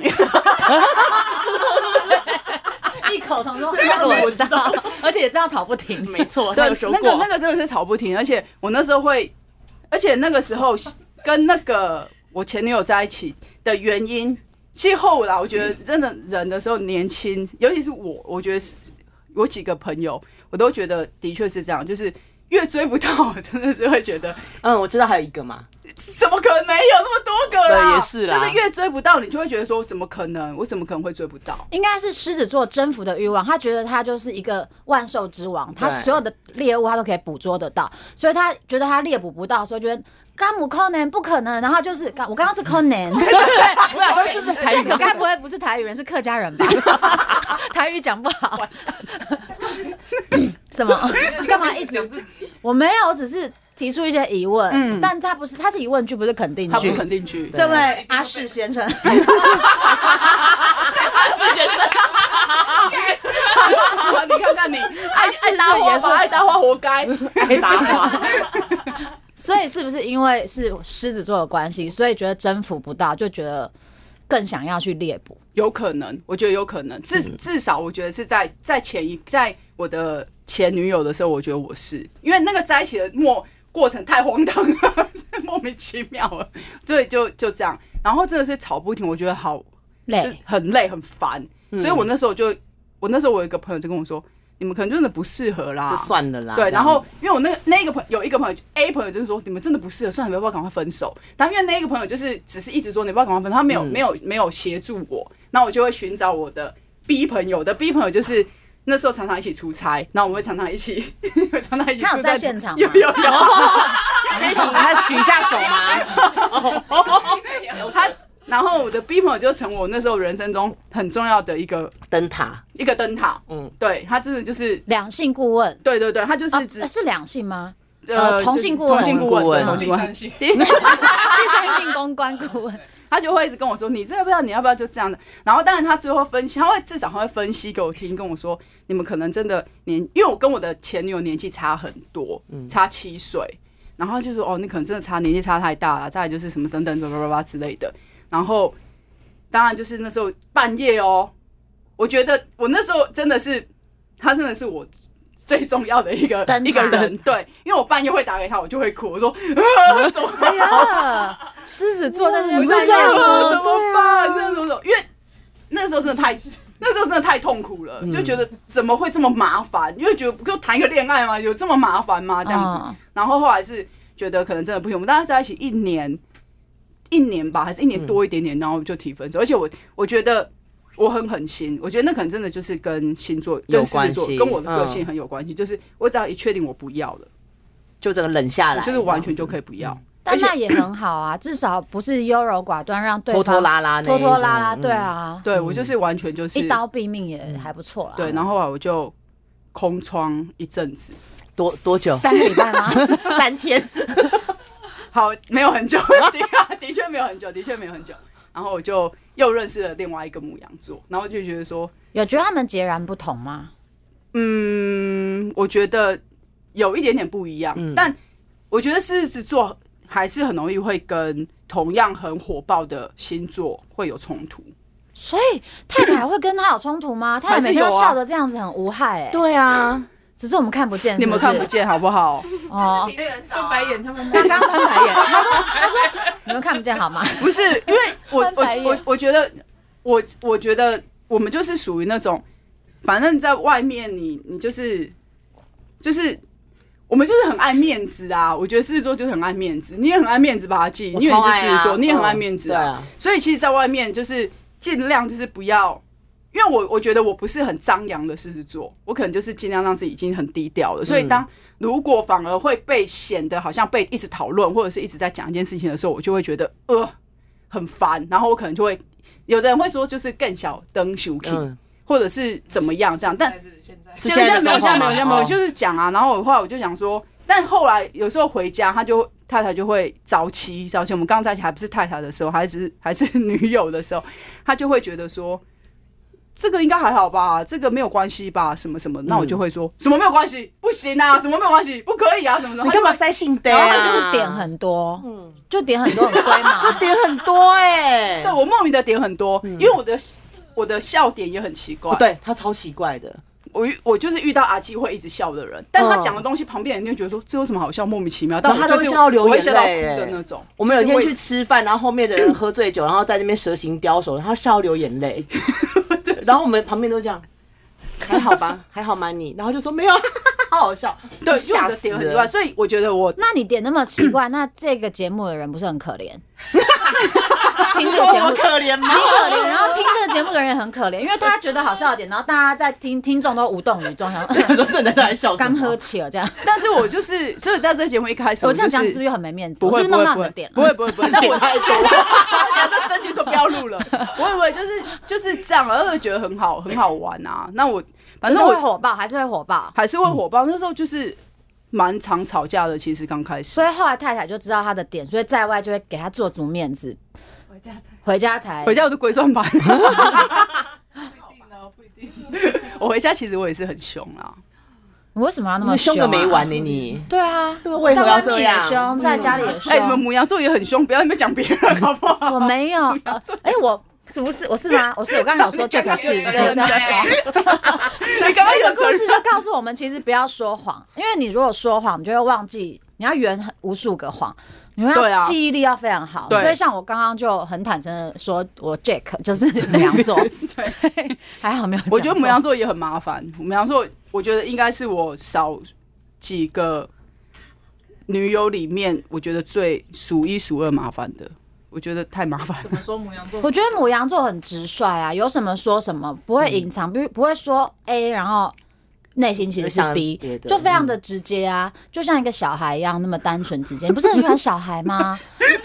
[SPEAKER 1] 异口同声，那个我知道， 而且也这样吵不停。
[SPEAKER 2] 没错，
[SPEAKER 3] 对
[SPEAKER 2] 他有说
[SPEAKER 3] 那个
[SPEAKER 2] 过
[SPEAKER 3] 那，个真的是吵不停，而且我那时候会，而且那个时候跟那个我前女友在一起的原因，其实后来我觉得真的人的时候年轻，尤其是我，我觉得是有几个朋友，我都觉得的确是这样，就是越追不到， 真的是会觉得
[SPEAKER 2] 嗯，我知道还有一 个嘛，
[SPEAKER 3] 怎么可能没有那么多个啦？
[SPEAKER 2] 对也是啦
[SPEAKER 3] 就是越追不到，你就会觉得说怎么可能？我怎么可能会追不到？
[SPEAKER 1] 应该是狮子座征服的欲望，他觉得他就是一个万兽之王，他
[SPEAKER 2] 对
[SPEAKER 1] 所有的猎物他都可以捕捉得到，所以他觉得他猎捕不到的时候，觉得甘姆 Conan 不可能，然后他就是我刚刚是 Conan，对，我想说就是台 语，该不会不是台语人是客家人吧？台语讲不好，什么？你干嘛一直
[SPEAKER 4] 讲自己？
[SPEAKER 1] 我没有，我只是提出一些疑问，
[SPEAKER 3] 嗯
[SPEAKER 1] 但他不是，他是疑问句，不是肯定
[SPEAKER 3] 他
[SPEAKER 1] 句
[SPEAKER 3] 不。肯定去，
[SPEAKER 1] 这位阿世先生，
[SPEAKER 3] 你看看你爱
[SPEAKER 1] 爱搭
[SPEAKER 3] 搭
[SPEAKER 1] 话
[SPEAKER 3] 花
[SPEAKER 2] 啊
[SPEAKER 1] 吧
[SPEAKER 3] 吧，爱搭花活该。
[SPEAKER 2] 爱打话，
[SPEAKER 1] 所以是不是因为是狮子座的关系，所以觉得征服不到，就觉得更想要去猎捕？
[SPEAKER 3] 有可能，我觉得有可能，至至少我觉得是在在前一在我的前女友的时候，我觉得我是因为那个在一起的莫过程太荒唐了， 莫名其妙了，对，就就这样，然后真的是吵不停，我觉得好就是
[SPEAKER 1] 累，
[SPEAKER 3] 很累嗯很烦，所以我那时候就我那时候我有一个朋友就跟我说，你们可能真的不适合啦，
[SPEAKER 2] 就算
[SPEAKER 1] 啊
[SPEAKER 2] 了啦。
[SPEAKER 3] 对，
[SPEAKER 2] 这
[SPEAKER 3] 然
[SPEAKER 2] 样
[SPEAKER 3] 后因为我那个那个朋有一个朋友，A 朋友就是说你们真的不适合，算了，你们要不要赶快分手？但因为那个朋友就是只是一直说你们要不要赶快分手，他没有、
[SPEAKER 1] 嗯
[SPEAKER 3] 没有没有协助我，那我就会寻找我的 B 朋友我的 B 朋友就是。那时候常常一起出差，然后我们会常常一起， 常常一起
[SPEAKER 1] 他有
[SPEAKER 3] 住
[SPEAKER 1] 在现场吗
[SPEAKER 3] 有有有，
[SPEAKER 2] 可以请他举一下手吗？
[SPEAKER 3] 他。然后我的 B 朋友就成我那时候人生中很重要的一个
[SPEAKER 2] 灯塔，
[SPEAKER 3] 一个灯塔，
[SPEAKER 2] 嗯，
[SPEAKER 3] 对他真的就是，
[SPEAKER 1] 两性顾问
[SPEAKER 3] 对对对，他就是
[SPEAKER 1] 啊，
[SPEAKER 3] 只、
[SPEAKER 1] 是两性吗？
[SPEAKER 3] 呃
[SPEAKER 1] 同性顾问
[SPEAKER 3] 同性顾问，对
[SPEAKER 2] 同
[SPEAKER 3] 同
[SPEAKER 2] 性
[SPEAKER 3] 性
[SPEAKER 5] 第
[SPEAKER 3] 顾问，
[SPEAKER 5] 三性。
[SPEAKER 1] 第三性公关顾问，
[SPEAKER 3] 他就会一直跟我说：“你这个不知道，你要不要就这样的。”然后，当然他最后分析，他会至少他会分析给我听，跟我说：“你们可能真的年，因为我跟我的前女友年纪差很多，差七岁。”然后就说：“哦，你可能真的差年纪差太大了，再来就是什么等等等叭叭叭之类的。”然后，当然就是那时候半夜哦，我觉得我那时候真的是，他真的是我。最重要的一个
[SPEAKER 1] 灯塔
[SPEAKER 3] 一个人，对，因为我半夜会打给他，我就会哭，我说，啊、怎么
[SPEAKER 1] 哎呀，狮子座在那边
[SPEAKER 2] 你不
[SPEAKER 1] 扮
[SPEAKER 2] 啊知道
[SPEAKER 1] 演
[SPEAKER 2] 吗
[SPEAKER 1] 吗？
[SPEAKER 3] 怎么办？那种种，因为那时候真的太，那时候真的太痛苦了，
[SPEAKER 2] 嗯
[SPEAKER 3] 就觉得怎么会这么麻烦？因为觉得不就谈一个恋爱吗？有这么麻烦吗？这样
[SPEAKER 1] 嗯
[SPEAKER 3] 子。然后后来是觉得可能真的不行，我们大概在一起一年，一年吧，还是一年多一点点，然后就提分手。而且我我觉得。我很狠心，我觉得那可能真的就是跟星座、
[SPEAKER 2] 有
[SPEAKER 3] 跟狮子座
[SPEAKER 2] 关系、嗯
[SPEAKER 3] 跟我的个性很有关系。就是我只要一确定我不要了，
[SPEAKER 2] 就整个冷下来，
[SPEAKER 3] 哦
[SPEAKER 2] 嗯
[SPEAKER 3] 就是完全就可以不要。
[SPEAKER 1] 但那也很好啊，至少不是优柔寡断，让对
[SPEAKER 2] 拖
[SPEAKER 1] 方
[SPEAKER 2] 拖拉拉那一
[SPEAKER 1] 拖
[SPEAKER 2] 种，
[SPEAKER 1] 拖拉拉，对
[SPEAKER 2] 嗯，
[SPEAKER 1] 啊，
[SPEAKER 3] 对我就是完全就是
[SPEAKER 1] 一刀毙命也还不错啦。？
[SPEAKER 3] 对，然后啊我就空窗一阵子，
[SPEAKER 2] 多多久
[SPEAKER 1] 三个礼拜吗？
[SPEAKER 2] 三天，
[SPEAKER 3] 好，没有很久， 的确的确没有很久，的确没有很久。然后我就又认识了另外一个母羊座，然后就觉得说，
[SPEAKER 1] 有觉得他们截然不同吗？
[SPEAKER 3] 嗯，我觉得有一点点不一样，
[SPEAKER 1] 嗯
[SPEAKER 3] 但我觉得狮子座还是很容易会跟同样很火爆的星座会有冲突。
[SPEAKER 1] 所以太太会跟他有冲突吗？太太每天
[SPEAKER 3] 还是
[SPEAKER 1] 都
[SPEAKER 3] 有啊
[SPEAKER 1] 笑得这样子很无害哎、
[SPEAKER 2] 对啊，
[SPEAKER 1] 只是我们看不见
[SPEAKER 3] 你
[SPEAKER 1] 是
[SPEAKER 3] 们
[SPEAKER 1] 是，
[SPEAKER 3] 看不见好不好？
[SPEAKER 1] 哦。
[SPEAKER 6] 频率很少
[SPEAKER 4] 翻
[SPEAKER 6] 啊
[SPEAKER 4] 白眼，他们
[SPEAKER 1] 他刚翻白眼， 他说他说你们看不见好 吗？
[SPEAKER 3] 不是，因为我
[SPEAKER 1] 翻
[SPEAKER 3] 我
[SPEAKER 1] 白眼
[SPEAKER 3] 我我觉得我我觉得我们就是属于那种，反正在外面你你就是就是。我们就是很爱面子啊！我觉得狮子座就是很爱面子，你也很爱面子吧，阿纪，
[SPEAKER 2] 我
[SPEAKER 3] 因为你
[SPEAKER 2] 超
[SPEAKER 3] 是
[SPEAKER 2] 爱
[SPEAKER 3] 狮子座，
[SPEAKER 2] 啊
[SPEAKER 3] 你也很爱
[SPEAKER 2] 嗯
[SPEAKER 3] 面子
[SPEAKER 2] 对
[SPEAKER 3] 啊。
[SPEAKER 2] 啊
[SPEAKER 3] 所以其实，在外面就是尽量就是不要，因为我我觉得我不是很张扬的狮子座，我可能就是尽量让自己已经很低调了。所以当如果反而会被显得好像被一直讨论或者是一直在讲一件事情的时候，我就会觉得呃很烦，然后我可能就会有的人会说就是更小灯 s h
[SPEAKER 2] 嗯，
[SPEAKER 3] 或者是怎么样这样，但
[SPEAKER 4] 现在是现在
[SPEAKER 2] 是
[SPEAKER 3] 现在没有，现在没有，
[SPEAKER 2] 的状况
[SPEAKER 3] 现在没有，
[SPEAKER 2] 吗
[SPEAKER 3] 就
[SPEAKER 2] 哦
[SPEAKER 3] 是讲啊。然后我后来我就想说，但后来有时候回家，他就太太就会早期早期，我们刚在一起还不是太太的时候，还是还是女友的时候，他就会觉得说。这个应该还好吧，这个没有关系吧，什么什么，那
[SPEAKER 2] 嗯
[SPEAKER 3] 我就会说、什么没有关系，不行啊，什么没有关系，不可以啊，什么什么，
[SPEAKER 2] 你
[SPEAKER 3] 他就
[SPEAKER 2] 干嘛塞信的
[SPEAKER 1] 然后
[SPEAKER 2] 啊？。
[SPEAKER 1] 是不是点很多？就点很多很龟毛
[SPEAKER 2] 点很多哎？
[SPEAKER 3] 对我莫名的点很多，因为我的我的笑点也很奇怪，
[SPEAKER 2] 哦对他超奇怪的，
[SPEAKER 3] 我遇我就是遇到阿基会一直笑的人，但他
[SPEAKER 2] 嗯
[SPEAKER 3] 讲的东西旁边人就觉得说这有什么好笑，莫名其妙，但
[SPEAKER 2] 然后
[SPEAKER 3] 我
[SPEAKER 2] 他
[SPEAKER 3] 就是
[SPEAKER 2] 都会笑到流
[SPEAKER 3] 我会
[SPEAKER 2] 眼
[SPEAKER 3] 笑到哭
[SPEAKER 2] 泪
[SPEAKER 3] 的
[SPEAKER 2] 欸
[SPEAKER 3] 那种。
[SPEAKER 2] 我们有一
[SPEAKER 3] 就
[SPEAKER 2] 天
[SPEAKER 3] 是
[SPEAKER 2] 去吃饭，然后后面的人 喝醉酒，然后在那边蛇形刁手，然后笑流眼 泪，然后我们旁边都这样，还好吧，还好吗你？然后就说没有， 好好笑，
[SPEAKER 3] 对，因为
[SPEAKER 2] 吓
[SPEAKER 3] 我
[SPEAKER 2] 死
[SPEAKER 3] 的点很奇怪，
[SPEAKER 2] 了。
[SPEAKER 3] 所以我觉得我
[SPEAKER 1] 那你点那么奇怪，那这个节目的人不是很可 怜？听这个节
[SPEAKER 2] 我
[SPEAKER 1] 目。
[SPEAKER 2] 可怜吗
[SPEAKER 1] 很？可怜，然后听这个节目的人也很可怜，因为大家觉得好笑的点，然后大家在听听众都无动于衷，想说呃
[SPEAKER 2] 说真的在笑什
[SPEAKER 1] 刚
[SPEAKER 2] 么？
[SPEAKER 1] 喝起了这样。
[SPEAKER 3] 但是我就是， 所以在这个节目一开始，
[SPEAKER 1] 我这样
[SPEAKER 3] 就
[SPEAKER 1] 讲是不是
[SPEAKER 3] 是
[SPEAKER 1] 又很没面子？
[SPEAKER 3] 不
[SPEAKER 1] 我
[SPEAKER 3] 会
[SPEAKER 1] 是
[SPEAKER 3] 不
[SPEAKER 1] 不是弄
[SPEAKER 3] 会
[SPEAKER 1] 到你
[SPEAKER 3] 不会
[SPEAKER 1] 的点了？
[SPEAKER 3] 不会不会不会，但我
[SPEAKER 2] 点太多
[SPEAKER 3] 大家都生气说不要录了，不会不会，就是就是这样，而且觉得很好很好玩啊。那我反
[SPEAKER 1] 就是
[SPEAKER 3] 正
[SPEAKER 1] 会
[SPEAKER 3] 我
[SPEAKER 1] 火爆，还是会火爆。
[SPEAKER 3] 还是会火爆，那时候就是蛮常吵架的，其实刚开始。
[SPEAKER 1] 所以后来太太就知道他的点，所以在外就会给他做足面子，
[SPEAKER 4] 回家才
[SPEAKER 1] 回家才
[SPEAKER 3] 回家我就归算盘，
[SPEAKER 4] 不一定哦，不一定。
[SPEAKER 3] 我回家其实我也是很凶啊。
[SPEAKER 1] 你为什么要那么
[SPEAKER 2] 你凶
[SPEAKER 1] 啊
[SPEAKER 2] 个没？完呢你。
[SPEAKER 1] 对啊，
[SPEAKER 2] 对为何
[SPEAKER 1] 在
[SPEAKER 2] 要
[SPEAKER 1] 外面
[SPEAKER 2] 这
[SPEAKER 3] 啊
[SPEAKER 1] 也
[SPEAKER 2] 样
[SPEAKER 1] 凶，在家里也凶。
[SPEAKER 3] 哎、你们母羊座也很凶，不要在那边讲别人好不好？
[SPEAKER 1] 我没有，呃哎，我是不是我是吗？我是我刚刚有说这个是，
[SPEAKER 4] 你刚刚
[SPEAKER 1] 对
[SPEAKER 4] 有
[SPEAKER 1] 对
[SPEAKER 4] 承
[SPEAKER 1] 对
[SPEAKER 4] 认。
[SPEAKER 3] 你刚刚
[SPEAKER 1] 这
[SPEAKER 3] 有
[SPEAKER 1] 个故
[SPEAKER 3] 说
[SPEAKER 1] 事就告诉我们，其实不要说谎，因为你如果说谎，你就会忘记，你要圆很无数个谎，你
[SPEAKER 3] 对
[SPEAKER 1] 要
[SPEAKER 3] 啊
[SPEAKER 1] 记忆力要非常好。
[SPEAKER 3] 对
[SPEAKER 1] 所以像我刚刚就很坦诚的说，我 Jack 就是 母羊座，对，还好没有讲错。
[SPEAKER 3] 我觉得母羊座也很麻烦。母羊座，我觉得应该是我少几个女友里面，我觉得最数一数二麻烦的。我觉得太麻烦
[SPEAKER 4] 怎么说母羊座？
[SPEAKER 1] 我觉得母羊座很直率啊，有什么说什么，不
[SPEAKER 2] 嗯
[SPEAKER 1] 会隐藏，不、不会说 A，然后内心其实是
[SPEAKER 2] 想
[SPEAKER 1] B，
[SPEAKER 2] 别的嗯
[SPEAKER 1] 就非常的直接啊，就像一个小孩一样那么单纯直接。你不是很喜欢小孩吗？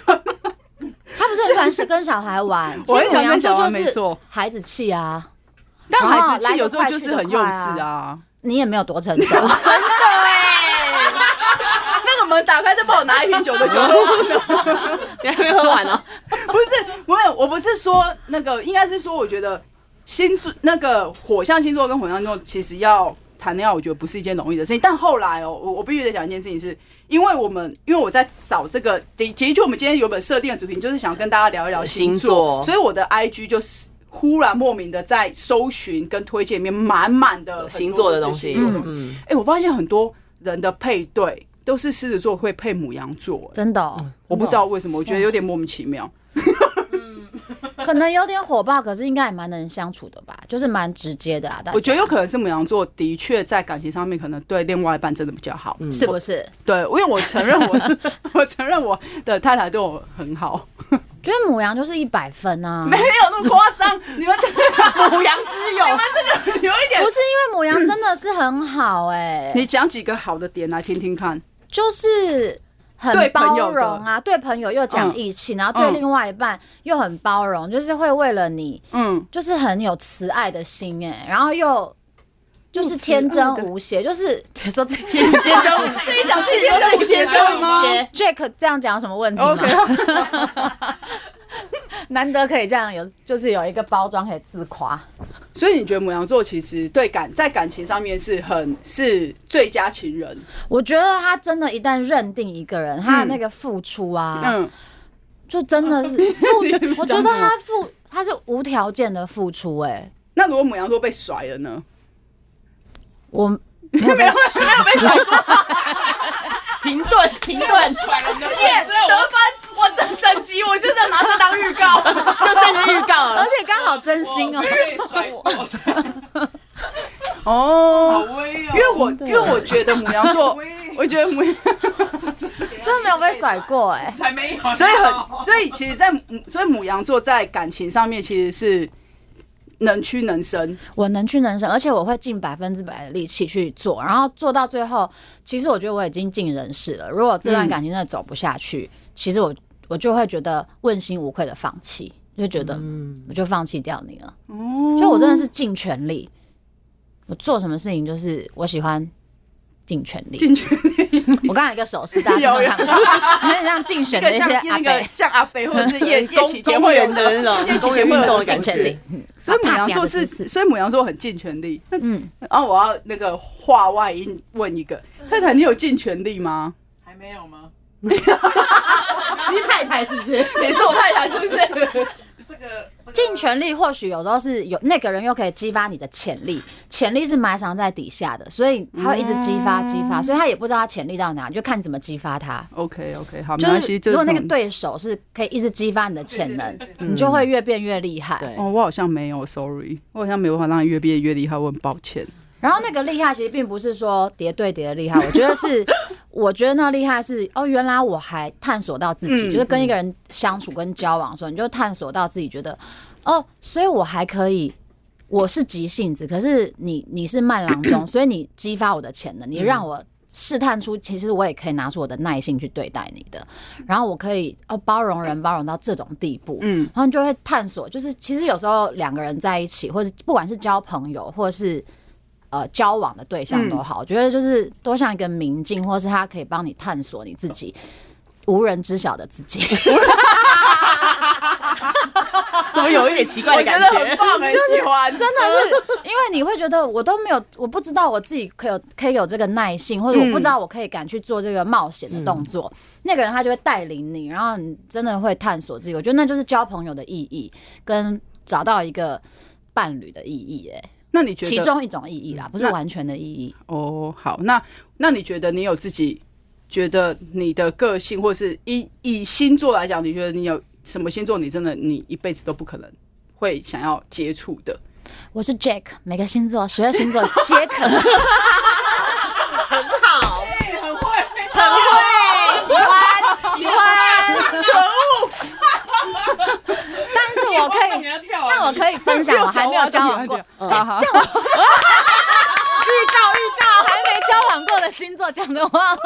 [SPEAKER 1] 他不是很喜欢是跟小孩玩，所
[SPEAKER 3] 我
[SPEAKER 1] 以
[SPEAKER 3] 很喜
[SPEAKER 1] 母
[SPEAKER 3] 欢
[SPEAKER 1] 羊
[SPEAKER 3] 跟小
[SPEAKER 1] 座
[SPEAKER 3] 孩
[SPEAKER 1] 就
[SPEAKER 3] 没错
[SPEAKER 1] 是孩子气啊，
[SPEAKER 3] 但孩子
[SPEAKER 1] 哦来
[SPEAKER 3] 气
[SPEAKER 1] 得
[SPEAKER 3] 有时候
[SPEAKER 1] 快
[SPEAKER 3] 就是
[SPEAKER 1] 去得
[SPEAKER 3] 很幼
[SPEAKER 1] 快
[SPEAKER 3] 稚啊。
[SPEAKER 1] 你也没有多成熟。
[SPEAKER 3] 那个门打开，再帮我拿一瓶酒 的酒喝。
[SPEAKER 2] 你还没喝完 哦呢、
[SPEAKER 3] 不是，没有，我不是说那个，应该是说，我觉得星座那个火象星座跟火象星座其实要谈恋爱，我觉得不是一件容易的事情。但后来哦，我我必须得讲一件事情是，因为我们因为我在找这个的，的确我们今天原本设定的主题就是想跟大家聊一聊星
[SPEAKER 2] 星座
[SPEAKER 3] 所以我的 IG 就是。忽然莫名的在搜寻跟推荐里面满满的
[SPEAKER 2] 星座的东
[SPEAKER 3] 很
[SPEAKER 2] 西，
[SPEAKER 3] 多都是星座的东西
[SPEAKER 2] 嗯，
[SPEAKER 3] 哎、我发现很多人的配对都是狮子座会配母羊座、哎
[SPEAKER 1] 真的、哦，
[SPEAKER 3] 我不知道为什么，我觉得有点莫名其妙。
[SPEAKER 1] 可能有点火爆，可是应该也蛮能相处的吧，就是蛮直接的啊。大家
[SPEAKER 3] 我觉得有可能是母羊座的确在感情上面可能对另外一半真的比较好。
[SPEAKER 1] 是不是？
[SPEAKER 3] 对，因为我承认我，我承认我的太太对我很好。
[SPEAKER 1] 觉得母羊就是一百分啊，
[SPEAKER 3] 没有那么夸张，你们
[SPEAKER 2] 母羊之友，
[SPEAKER 3] 这个有一点
[SPEAKER 1] 不。是因为母羊真的是很好哎、
[SPEAKER 3] 你讲几个好的点来听听看。
[SPEAKER 1] 就是很
[SPEAKER 3] 对朋
[SPEAKER 1] 包
[SPEAKER 3] 友的
[SPEAKER 1] 容啊，对朋友又讲
[SPEAKER 3] 嗯
[SPEAKER 1] 义气，然后对
[SPEAKER 3] 嗯
[SPEAKER 1] 另外一半又很包容，就是会为了你，
[SPEAKER 3] 嗯，
[SPEAKER 1] 就是很有慈爱的心哎、然后又就是天真无邪，就是说 自己
[SPEAKER 2] 天真无邪，
[SPEAKER 3] 自己讲自己的不
[SPEAKER 2] 天真无邪，
[SPEAKER 1] Jack 这样讲有什么问题吗
[SPEAKER 3] OK，
[SPEAKER 1] 难得可以这样有，就是有一个包装可以自夸。
[SPEAKER 3] 所以你觉得母羊座其实对感在感情上面是很是最佳情人，
[SPEAKER 1] 我觉得他真的，一旦认定一个人，他的那个付出啊，
[SPEAKER 3] 嗯，
[SPEAKER 1] 就真的是 付，我觉得他付他是无条件的付出、哎，
[SPEAKER 3] 那如果母羊座被甩了呢？
[SPEAKER 1] 我没有被
[SPEAKER 2] 停顿，停 顿，
[SPEAKER 4] 甩人的
[SPEAKER 3] 耶
[SPEAKER 4] 面，
[SPEAKER 3] 得分，我整整集我就在拿这当预告。
[SPEAKER 2] 就这个预告
[SPEAKER 1] 而
[SPEAKER 2] 了。
[SPEAKER 1] 且刚好真心哦、
[SPEAKER 4] 被甩过，好
[SPEAKER 3] 哦，
[SPEAKER 4] 威哦，
[SPEAKER 3] 因为我因为我觉得母羊 座，我觉得母，
[SPEAKER 1] 真的没有被甩过哎、
[SPEAKER 4] 才没有，
[SPEAKER 3] 所以很
[SPEAKER 1] 哦
[SPEAKER 3] 所以其实在，嗯所以母羊座在感情上面其实是能屈能伸，
[SPEAKER 1] 我能去能省，而且我会尽百分之百的力气去做，然后做到最后，其实我觉得我已经尽人事了。如果这段感情真的走不下去，其实我我就会觉得问心无愧的放弃，就觉得我就放弃掉你了。所以我真的是尽全力，我做什么事情就是我喜欢尽全力。
[SPEAKER 3] 进去
[SPEAKER 1] 我刚才一个手势，大家
[SPEAKER 3] 有
[SPEAKER 1] 听
[SPEAKER 3] 有
[SPEAKER 1] 到看不到 很像竞选的一些阿
[SPEAKER 3] 像那
[SPEAKER 1] 伯
[SPEAKER 3] 个像阿 北或者是夜夜
[SPEAKER 2] 公
[SPEAKER 3] 启田
[SPEAKER 2] 公
[SPEAKER 3] 会有
[SPEAKER 2] 园的那种
[SPEAKER 3] 夜
[SPEAKER 2] 公
[SPEAKER 3] 骑
[SPEAKER 2] 园
[SPEAKER 3] 田
[SPEAKER 2] 运
[SPEAKER 3] 会
[SPEAKER 2] 动
[SPEAKER 3] 有
[SPEAKER 2] 的
[SPEAKER 1] 尽
[SPEAKER 2] 感
[SPEAKER 1] 全力
[SPEAKER 2] 觉，，
[SPEAKER 1] 嗯
[SPEAKER 3] 所以母羊
[SPEAKER 1] 啊怕
[SPEAKER 3] 座是
[SPEAKER 1] 拼的姿势
[SPEAKER 3] 所以母羊座很尽全力。那
[SPEAKER 1] 嗯，
[SPEAKER 3] 然后我要那个话外音问一个，太太，你有尽全力吗？
[SPEAKER 4] 还没有吗？
[SPEAKER 2] 你是太太是不是？
[SPEAKER 3] 你是我太太是不是？
[SPEAKER 4] 这个这个
[SPEAKER 1] 尽全力，或许有时候是有那个人又可以激发你的潜力，潜力是埋藏在底下的，所以他会一直激发
[SPEAKER 3] 嗯
[SPEAKER 1] 激发，所以他也不知道他潜力到哪，你就看你怎么激发他。
[SPEAKER 3] OK OK，好，没
[SPEAKER 1] 就
[SPEAKER 3] 关
[SPEAKER 1] 是
[SPEAKER 3] 系。
[SPEAKER 1] 如果那个
[SPEAKER 3] 这种，
[SPEAKER 1] 对手是可以一直激发你的潜能
[SPEAKER 4] 对对，
[SPEAKER 1] 你就会越变越厉害。
[SPEAKER 2] 对
[SPEAKER 3] 哦，我好像没有，sorry，我好像没有办法让你越变越厉害，我很抱歉。
[SPEAKER 1] 然后那个厉害其实并不是说叠对叠的厉害，我觉得 是，我觉得那厉害是哦，原来我还探索到自己，
[SPEAKER 3] 嗯
[SPEAKER 1] 就是跟一个人相处跟交往的时候，你就探索到自己觉得哦，所以我还可以。我是急性子，可是你你是慢郎
[SPEAKER 3] 嗯
[SPEAKER 1] 中， 所以你激发我的潜能，你让我试探出其实我也可以拿出我的耐性去对待你的，然后我可以哦包容人包容到这种地步，
[SPEAKER 3] 嗯，
[SPEAKER 1] 然后你就会探索，就是其实有时候两个人在一起，或者不管是交朋友，或者是呃交往的对象都好，我觉得就是多像一个明镜，或是他可以帮你探索你自己无人知晓的自己，
[SPEAKER 2] 怎么有一点奇怪
[SPEAKER 3] 我
[SPEAKER 2] 的
[SPEAKER 3] 觉
[SPEAKER 2] 感
[SPEAKER 3] 得很
[SPEAKER 2] 觉？
[SPEAKER 3] 棒，很喜欢。
[SPEAKER 1] 真的是因为你会觉得我都没有，我不知道我自己可有可以有这个耐性，或者我不知道我可以敢去做这个冒险的动作，那个人他就会带领你，然后你真的会探索自己。我觉得那就是交朋友的意义，跟找到一个伴侣的意义、哎。
[SPEAKER 3] 那你觉得
[SPEAKER 1] 其中一种意义啦，不是
[SPEAKER 3] 那
[SPEAKER 1] 完全的意义。
[SPEAKER 3] 哦，好，那那你觉得你有自己觉得你的个性，或是以以星座来讲，你觉得你有什么星座你真的你一辈子都不可能会想要接触的？
[SPEAKER 1] 我是 Jack，每个星座十二星座皆 可。
[SPEAKER 4] 哎
[SPEAKER 2] 对，喜欢喜欢，
[SPEAKER 1] 但是我可以，
[SPEAKER 4] 要跳
[SPEAKER 1] 但我可以分享，我还 没有交往过，
[SPEAKER 3] 好好
[SPEAKER 1] 这样我预告预告 还没交往过的星座讲的话，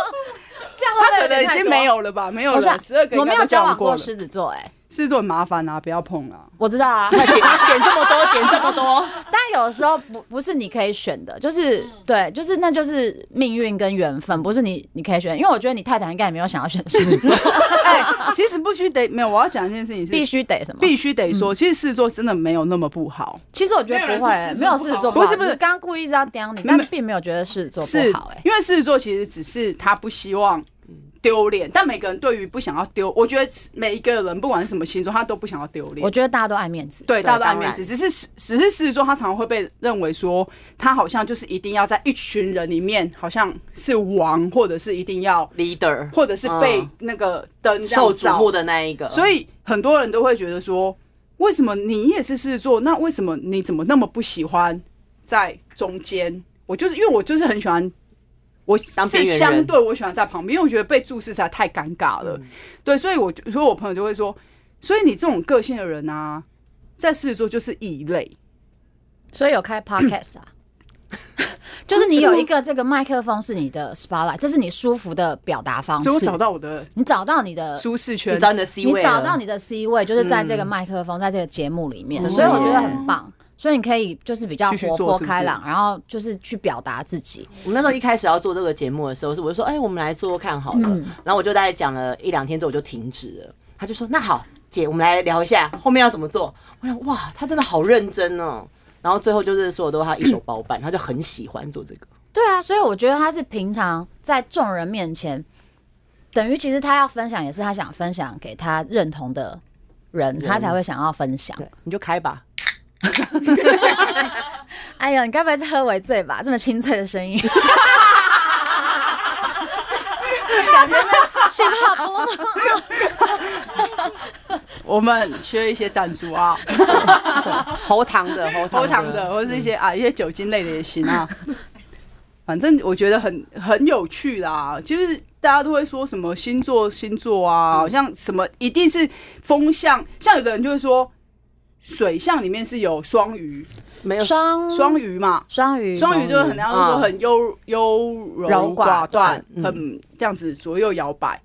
[SPEAKER 1] 这样
[SPEAKER 3] 他
[SPEAKER 1] 会
[SPEAKER 3] 可
[SPEAKER 1] 不会有
[SPEAKER 3] 能已
[SPEAKER 1] 点
[SPEAKER 3] 经
[SPEAKER 1] 太多？
[SPEAKER 3] 没有了吧？没有
[SPEAKER 1] 我想
[SPEAKER 3] 了，十二个
[SPEAKER 1] 我没有交往
[SPEAKER 3] 过
[SPEAKER 1] 过
[SPEAKER 3] 了，
[SPEAKER 1] 狮子座，哎，
[SPEAKER 3] 狮子座很麻烦啊，不要碰啊。
[SPEAKER 1] 我知道啊，
[SPEAKER 2] 快点点这么多，点这么多，
[SPEAKER 1] 但有时候不不是你可以选的，就是对，就是那就是命运跟缘分，不是你你可以选。因为我觉得你太太应该也没有想要选狮子 座，
[SPEAKER 3] 哎，其实不须得没有，我要讲一件事情是
[SPEAKER 1] 必须嗯得什么？
[SPEAKER 3] 必须得说，其实狮子座真的没有那么不好。
[SPEAKER 1] 其实我觉得不会、欸，没
[SPEAKER 4] 没
[SPEAKER 1] 有
[SPEAKER 4] 有人
[SPEAKER 1] 狮
[SPEAKER 4] 是
[SPEAKER 1] 子
[SPEAKER 4] 狮
[SPEAKER 1] 座
[SPEAKER 4] 子座
[SPEAKER 3] 不好
[SPEAKER 1] 好
[SPEAKER 3] 不是不是
[SPEAKER 1] 我刚刚故意是要刁你，
[SPEAKER 3] 没
[SPEAKER 1] 但
[SPEAKER 3] 没
[SPEAKER 1] 并没有觉得狮子座
[SPEAKER 3] 是
[SPEAKER 1] 不好、欸，
[SPEAKER 3] 因为狮子座其实只是他不希望丢脸，但每个人对于不想要丢，我觉得每一个人不管是什么星座，他都不想要丢
[SPEAKER 1] 我
[SPEAKER 3] 脸。
[SPEAKER 1] 觉得大家都爱面子，
[SPEAKER 3] 对，大家都爱面
[SPEAKER 1] 当
[SPEAKER 3] 子，只是狮只是狮子座，他常常会被认为说，他好像就是一定要在一群人里面，好像是王，或者是一定要，
[SPEAKER 2] leader
[SPEAKER 3] 或者是被
[SPEAKER 2] 嗯
[SPEAKER 3] 那个灯这
[SPEAKER 2] 受
[SPEAKER 3] 样
[SPEAKER 2] 瞩
[SPEAKER 3] 照
[SPEAKER 2] 目的那一个，
[SPEAKER 3] 所以很多人都会觉得说，为什么你也是狮子座？那为什么你怎么那么不喜欢在中间？我就是因为我就是很喜欢，我
[SPEAKER 2] 当
[SPEAKER 3] 是
[SPEAKER 2] 边缘人嗯
[SPEAKER 3] 相对我喜欢在旁边，因为我觉得被注视实在太尴尬了。对，所以我就所以我朋友就会说，所以你这种个性的人啊，在狮子座就是异类。
[SPEAKER 1] 所以有 开 podcast 啊，就是你有一个这个麦克风是你的 spotlight，这是你舒服的表达方式。
[SPEAKER 3] 所以我找到我的
[SPEAKER 1] 你找到你的，
[SPEAKER 3] 舒适
[SPEAKER 2] 哦你
[SPEAKER 3] 圈，
[SPEAKER 2] 找你的 C
[SPEAKER 1] 你
[SPEAKER 2] 位了，
[SPEAKER 1] 找到你的 C 位，就是在这个
[SPEAKER 3] 嗯
[SPEAKER 1] 麦克风，在这个节目里
[SPEAKER 3] 哦
[SPEAKER 1] 面，
[SPEAKER 2] 嗯
[SPEAKER 1] 所以我觉得很棒。所以你可以就是比较
[SPEAKER 3] 继续
[SPEAKER 1] 活
[SPEAKER 3] 做
[SPEAKER 1] 泼
[SPEAKER 3] 是不是
[SPEAKER 1] 开朗，然后就是去表达自己。
[SPEAKER 2] 我们那时候一开始要做这个节目的时候，是我就说，哎、我们来做做看好了。
[SPEAKER 1] 嗯
[SPEAKER 2] 然后我就大概讲了一两天之后，我就停止了。他就说，那好，姐，我们来聊一下后面要怎么做。我想，哇，他真的好认真哦。然后最后就是所有都是他一手包办，他就很喜欢做这个。
[SPEAKER 1] 对啊，所以我觉得他是平常在众人面前，等于其实他要分享，也是他想分享给他认同的人，他才会想要分享。
[SPEAKER 2] 对，你就开吧。
[SPEAKER 1] 哎呀，你该不会是喝为醉吧？这么清脆的声音，感觉在信号不
[SPEAKER 3] 我们缺一些赞助啊，
[SPEAKER 2] 喉糖的，嗯
[SPEAKER 3] 喉
[SPEAKER 2] 喉糖的，
[SPEAKER 3] 糖的，或是一些啊一些酒精类的也行啊。 反正我觉得很很有趣啦，就是大家都会说什么星座星座啊，好像什么一定是风象，像有的人就会说水象里面是有双鱼，
[SPEAKER 2] 没有
[SPEAKER 1] 双
[SPEAKER 3] 双鱼嘛，
[SPEAKER 1] 嗯双鱼
[SPEAKER 3] 双鱼就是很，然后说
[SPEAKER 2] 嗯
[SPEAKER 3] 很优优柔
[SPEAKER 1] 柔寡
[SPEAKER 3] 寡断
[SPEAKER 1] 断，
[SPEAKER 2] 嗯
[SPEAKER 3] 很这样子左右摇摆。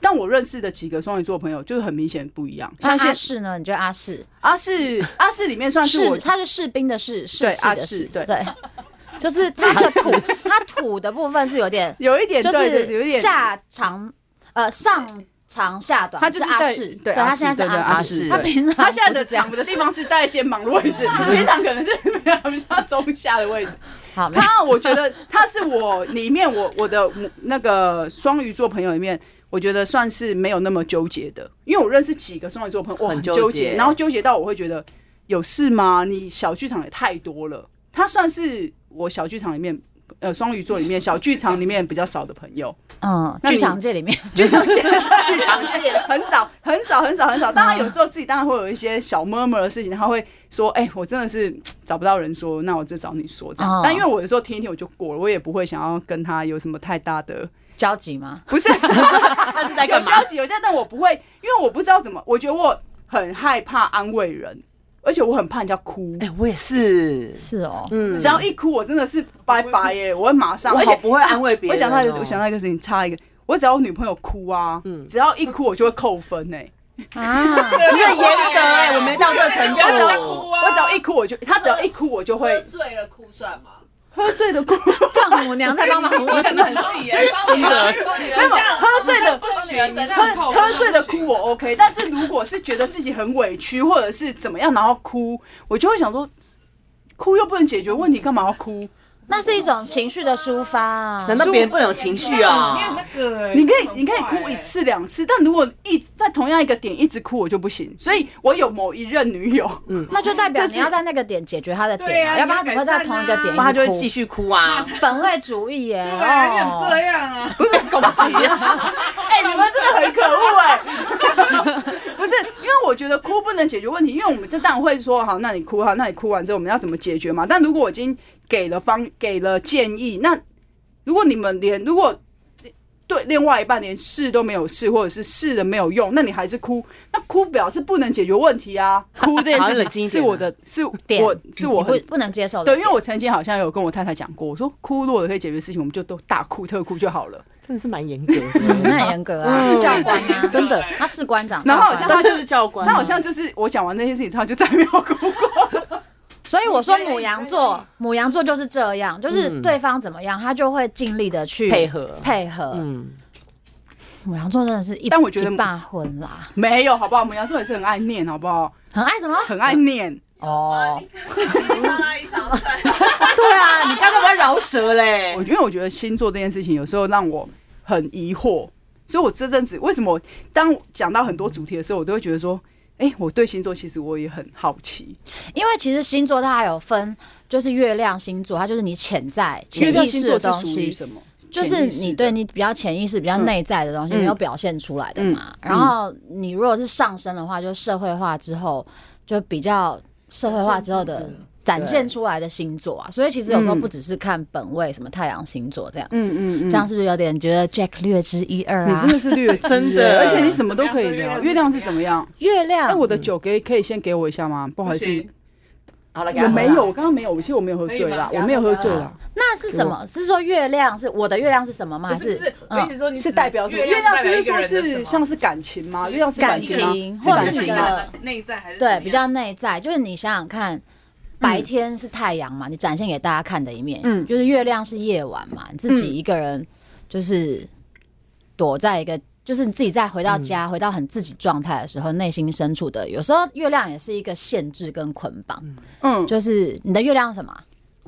[SPEAKER 3] 但我认识的几个双鱼座朋友，就是很明显不一样。
[SPEAKER 1] 那阿
[SPEAKER 3] 像现
[SPEAKER 1] 士呢？你觉得阿士
[SPEAKER 3] 阿士，阿士里面算是
[SPEAKER 1] 士
[SPEAKER 3] 我
[SPEAKER 1] 他是士兵的士，士
[SPEAKER 3] 对
[SPEAKER 1] 气
[SPEAKER 3] 阿
[SPEAKER 1] 的
[SPEAKER 3] 士
[SPEAKER 1] 士，
[SPEAKER 3] 对
[SPEAKER 1] 对，就是他的土，他土的部分是有点，
[SPEAKER 3] 有一点
[SPEAKER 1] 就
[SPEAKER 3] 对对有一
[SPEAKER 1] 是
[SPEAKER 3] 点
[SPEAKER 1] 下长呃上长下短，
[SPEAKER 3] 他就是
[SPEAKER 1] 阿
[SPEAKER 3] 在
[SPEAKER 1] 士，
[SPEAKER 3] 对
[SPEAKER 1] 他
[SPEAKER 3] 阿
[SPEAKER 1] 现
[SPEAKER 3] 士
[SPEAKER 1] 在是
[SPEAKER 3] 对对
[SPEAKER 1] 阿
[SPEAKER 3] 阿
[SPEAKER 1] 士，
[SPEAKER 3] 士
[SPEAKER 1] 他
[SPEAKER 3] 对
[SPEAKER 1] 平常
[SPEAKER 3] 他现
[SPEAKER 1] 不
[SPEAKER 3] 在的
[SPEAKER 1] 是这样
[SPEAKER 3] 长的地方是在肩膀的位 置，平常可能是比较比较中下的位置。
[SPEAKER 1] 好，没有
[SPEAKER 3] 他我觉得他是我里面我我的那个双鱼座朋友里面，我觉得算是没有那么纠结的，因为我认识几个双鱼座朋友，我
[SPEAKER 2] 很
[SPEAKER 3] 很
[SPEAKER 2] 纠
[SPEAKER 3] 纠
[SPEAKER 2] 结
[SPEAKER 1] 欸
[SPEAKER 3] 结，然后纠结到我会觉得有事吗？你小剧场也太多了。他算是我小剧场里面。呃，双鱼座里面小剧场里面比较少的朋友，
[SPEAKER 1] 嗯，
[SPEAKER 3] 那
[SPEAKER 1] 剧
[SPEAKER 3] 你
[SPEAKER 1] 场界里面，
[SPEAKER 3] 剧场界剧场界 很少很少很少很少。当然有时候自己当然会有一些小 murmur 的事情，他会说：“哎、我真的是找不到人说，那我就找你说这样。
[SPEAKER 1] 哦
[SPEAKER 3] 但因为我有时候听一听我就过了，我也不会想要跟他有什么太大的
[SPEAKER 1] 交集吗？
[SPEAKER 3] 不是
[SPEAKER 2] 他是在
[SPEAKER 3] 有
[SPEAKER 2] 干嘛
[SPEAKER 3] 交？集有交集，但我不会，因为我不知道怎么，我觉得我很害怕安慰人，而且我很怕人家哭。
[SPEAKER 2] 哎、我也是，
[SPEAKER 1] 是哦，
[SPEAKER 2] 嗯，
[SPEAKER 3] 只要一哭，我真的是拜拜耶！我会马上，
[SPEAKER 2] 我
[SPEAKER 3] 而且
[SPEAKER 2] 好不会安慰别人、
[SPEAKER 3] 我想到一个，我想
[SPEAKER 2] 到，
[SPEAKER 3] 到一个事情，插一个，我只要我女朋友哭啊，
[SPEAKER 2] 嗯
[SPEAKER 3] 只要一哭我就会扣分哎、
[SPEAKER 1] 啊，
[SPEAKER 2] 你很严格哎、我没到这个程
[SPEAKER 4] 不要让他
[SPEAKER 2] 度
[SPEAKER 4] 哭。啊！
[SPEAKER 3] 我只要一哭我就，他只要一哭我就
[SPEAKER 6] 喝
[SPEAKER 3] 会
[SPEAKER 6] 醉了哭算吗？
[SPEAKER 3] 喝醉的哭，
[SPEAKER 1] 丈母娘在帮忙
[SPEAKER 4] 我真的很细耶，真的，没
[SPEAKER 3] 没有喝醉的
[SPEAKER 4] 不行，这样
[SPEAKER 3] 喝
[SPEAKER 4] 靠
[SPEAKER 3] 喝醉的哭我 OK，但是如果是觉得自己很委屈或者是怎么样，然后哭，我就会想说，哭又不能解决问题，干嘛要哭？
[SPEAKER 1] 那是一种情绪的抒发啊。
[SPEAKER 2] 难道别人不能有情绪
[SPEAKER 4] 没有
[SPEAKER 2] 啊？
[SPEAKER 4] 那个欸，
[SPEAKER 3] 你可以
[SPEAKER 4] 很
[SPEAKER 3] 你可以
[SPEAKER 4] 怪
[SPEAKER 3] 哭
[SPEAKER 4] 欸
[SPEAKER 3] 一，次两次，但如果一直在同样一个点一直哭，我就不行。所以我有某一任女友，
[SPEAKER 1] 那就代表
[SPEAKER 3] 就是
[SPEAKER 1] 你要在那个点解决他的
[SPEAKER 4] 对
[SPEAKER 1] 点啊，
[SPEAKER 4] 啊
[SPEAKER 1] 要不然他怎么会在同一个点？
[SPEAKER 2] 不然他就会继。续哭啊。
[SPEAKER 1] 本位主义耶，
[SPEAKER 4] 对啊，你
[SPEAKER 1] 哦
[SPEAKER 4] 很这样啊，
[SPEAKER 3] 哎、你们真的很可恶哎、 不是，因为我觉得哭不能解决问题，因为我们这当然会说好，那你哭好，那你哭完之后我们要怎么解决嘛？但如果我已经给了方给了建议，那如果你们连如果对另外一半连试都没有试，或者是试了没有用，那你还是哭，那哭表示不能解决问题啊！哭这件
[SPEAKER 2] 好
[SPEAKER 3] 事
[SPEAKER 2] 冷静一
[SPEAKER 3] 情
[SPEAKER 2] 点
[SPEAKER 3] 是
[SPEAKER 2] 啊
[SPEAKER 3] 我的，是我
[SPEAKER 1] 点
[SPEAKER 3] 是我
[SPEAKER 1] 你不
[SPEAKER 3] 很
[SPEAKER 1] 不能接受的
[SPEAKER 3] 对，
[SPEAKER 1] 点。
[SPEAKER 3] 因为我曾经好像有跟我太太讲过，我说哭如果可以解决事情，我们就都大哭特哭就好了。
[SPEAKER 2] 真的是蛮严格
[SPEAKER 1] 嗯那
[SPEAKER 2] 的，
[SPEAKER 1] 很严格啊，教官啊，
[SPEAKER 2] 真的。
[SPEAKER 1] 他士官长。
[SPEAKER 3] 然后好
[SPEAKER 1] 教
[SPEAKER 3] 像
[SPEAKER 1] 官
[SPEAKER 2] 他就是教官，啊
[SPEAKER 3] 他好像就是我讲完那件事情之后，他就再没有哭过。
[SPEAKER 1] 所以我说母羊座，母羊座就是这样，就是
[SPEAKER 2] 嗯
[SPEAKER 1] 对方怎么样，他就会尽力的去
[SPEAKER 2] 配合。
[SPEAKER 1] 配合。
[SPEAKER 2] 嗯，
[SPEAKER 1] 母羊座真的是一
[SPEAKER 3] 但我觉得
[SPEAKER 1] 一霸婚啦，
[SPEAKER 3] 没有，好不好？母羊座也是很爱念，好不好？
[SPEAKER 1] 很爱什么？
[SPEAKER 3] 很爱念。
[SPEAKER 1] 哦，
[SPEAKER 6] 你帮他一场菜，
[SPEAKER 2] 对啊，你刚刚不要饶舌嘞
[SPEAKER 3] 我？因为我觉得星座这件事情有时候让我很疑惑，所以我这阵子为什么当讲到很多主题的时候，我都会觉得说，哎、我对星座其实我也很好奇。
[SPEAKER 1] 因为其实星座它还有分，就是月亮星座，它就是你潜在
[SPEAKER 3] 月
[SPEAKER 1] 潜
[SPEAKER 3] 亮
[SPEAKER 1] 意
[SPEAKER 3] 星
[SPEAKER 1] 识
[SPEAKER 3] 座
[SPEAKER 1] 的
[SPEAKER 3] 是
[SPEAKER 1] 东
[SPEAKER 3] 属于
[SPEAKER 1] 西，
[SPEAKER 3] 什么？
[SPEAKER 1] 就是
[SPEAKER 3] 潜意识
[SPEAKER 1] 你
[SPEAKER 3] 的
[SPEAKER 1] 对你比较潜意识、比较内在的东西
[SPEAKER 3] 嗯
[SPEAKER 1] 没有表现出来的嘛。然后你
[SPEAKER 3] 嗯
[SPEAKER 1] 如果是上升的话，就社会化之后，就比较社会化之后的展现出来的星座啊。所以其实有时候不只是看本位，什么太阳星座这样，
[SPEAKER 3] 嗯嗯
[SPEAKER 1] 这样是不是有点觉得 Jack 略知一二
[SPEAKER 3] 你
[SPEAKER 1] 啊
[SPEAKER 3] 真？的是略知，
[SPEAKER 2] 真的
[SPEAKER 3] 而且你什么都可以聊。月亮
[SPEAKER 4] 月亮
[SPEAKER 3] 是怎
[SPEAKER 4] 是怎
[SPEAKER 3] 么
[SPEAKER 4] 么
[SPEAKER 3] 样？
[SPEAKER 1] 月
[SPEAKER 3] 哎，
[SPEAKER 1] 亮，
[SPEAKER 3] 我的酒给可以先给我一下吗？不好意思，
[SPEAKER 2] 好了，给
[SPEAKER 3] 我
[SPEAKER 2] 他喝啊
[SPEAKER 3] 没
[SPEAKER 2] 啦
[SPEAKER 3] 有，我刚刚没有，我其实我没有喝醉啦，
[SPEAKER 2] 可以
[SPEAKER 3] 我
[SPEAKER 2] 吗
[SPEAKER 3] 没有喝醉啦。
[SPEAKER 1] 那是什么？是说月亮是我的月亮是什么吗？还
[SPEAKER 4] 不是不是，我一
[SPEAKER 1] 嗯
[SPEAKER 4] 直说你
[SPEAKER 3] 是代表什么？月亮
[SPEAKER 4] 亮
[SPEAKER 3] 是不是说
[SPEAKER 4] 代表一个人
[SPEAKER 3] 是
[SPEAKER 4] 的什
[SPEAKER 3] 像
[SPEAKER 4] 么
[SPEAKER 3] 是感情吗？月亮是
[SPEAKER 1] 感
[SPEAKER 3] 情吗
[SPEAKER 1] 情，
[SPEAKER 3] 是
[SPEAKER 1] 或
[SPEAKER 3] 感
[SPEAKER 1] 者是
[SPEAKER 3] 情
[SPEAKER 1] 你
[SPEAKER 4] 那个
[SPEAKER 1] 的
[SPEAKER 4] 人的内在还
[SPEAKER 1] 对
[SPEAKER 4] 是怎么样
[SPEAKER 1] 比较内在，就是你想想看。白天是太阳嘛，你展现给大家看的一面，
[SPEAKER 3] 嗯
[SPEAKER 1] 就是月亮是夜晚嘛，你自己一个人就是躲在一个，就是你自己再回到家，回到很自己状态的时候，内心深处的，有时候月亮也是一个限制跟捆绑，
[SPEAKER 3] 嗯，
[SPEAKER 1] 就是你的月亮是什么？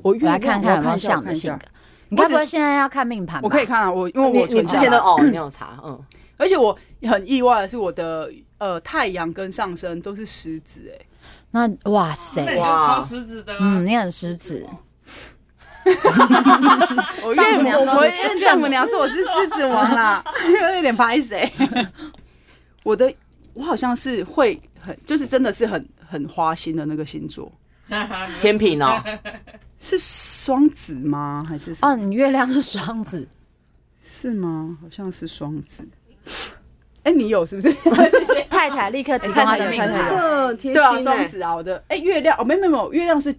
[SPEAKER 3] 我月
[SPEAKER 1] 我
[SPEAKER 3] 亮
[SPEAKER 1] 来看看有没有像你的性格。。你该不会现在要看命盘吧？
[SPEAKER 3] 我可以看啊，我因为
[SPEAKER 2] 你
[SPEAKER 3] 我
[SPEAKER 2] 你
[SPEAKER 3] 存
[SPEAKER 2] 之
[SPEAKER 3] 下
[SPEAKER 2] 前的
[SPEAKER 3] 来，
[SPEAKER 2] 哦，你有查，嗯，
[SPEAKER 3] 而且我很意外的是，我的呃太阳跟上升都是狮子，哎，
[SPEAKER 1] 那哇
[SPEAKER 4] 那你
[SPEAKER 1] 塞
[SPEAKER 4] 就，
[SPEAKER 2] 哇
[SPEAKER 4] 超狮子的啊，
[SPEAKER 1] 嗯，你很狮子，
[SPEAKER 3] 我
[SPEAKER 1] 丈母娘
[SPEAKER 3] 岳母
[SPEAKER 1] 说
[SPEAKER 3] 我因为丈母娘说我是狮子 王啦，有点拍谁？ 我的我好像是会很，就是真的是很很花心的那个星座，
[SPEAKER 2] 天平哦，
[SPEAKER 3] 是双子吗？还是什么
[SPEAKER 1] 哦，你月亮是双子，
[SPEAKER 3] 是吗？好像是双子。哎、你有是 不是？
[SPEAKER 1] 太太立刻提供
[SPEAKER 2] 啊
[SPEAKER 1] 她的命
[SPEAKER 3] 太太
[SPEAKER 1] 盘。
[SPEAKER 2] 嗯，贴
[SPEAKER 3] 对啊，
[SPEAKER 2] 心
[SPEAKER 3] 双
[SPEAKER 2] 欸
[SPEAKER 3] 子啊，我的哎、月亮哦，没有没有没有，月亮是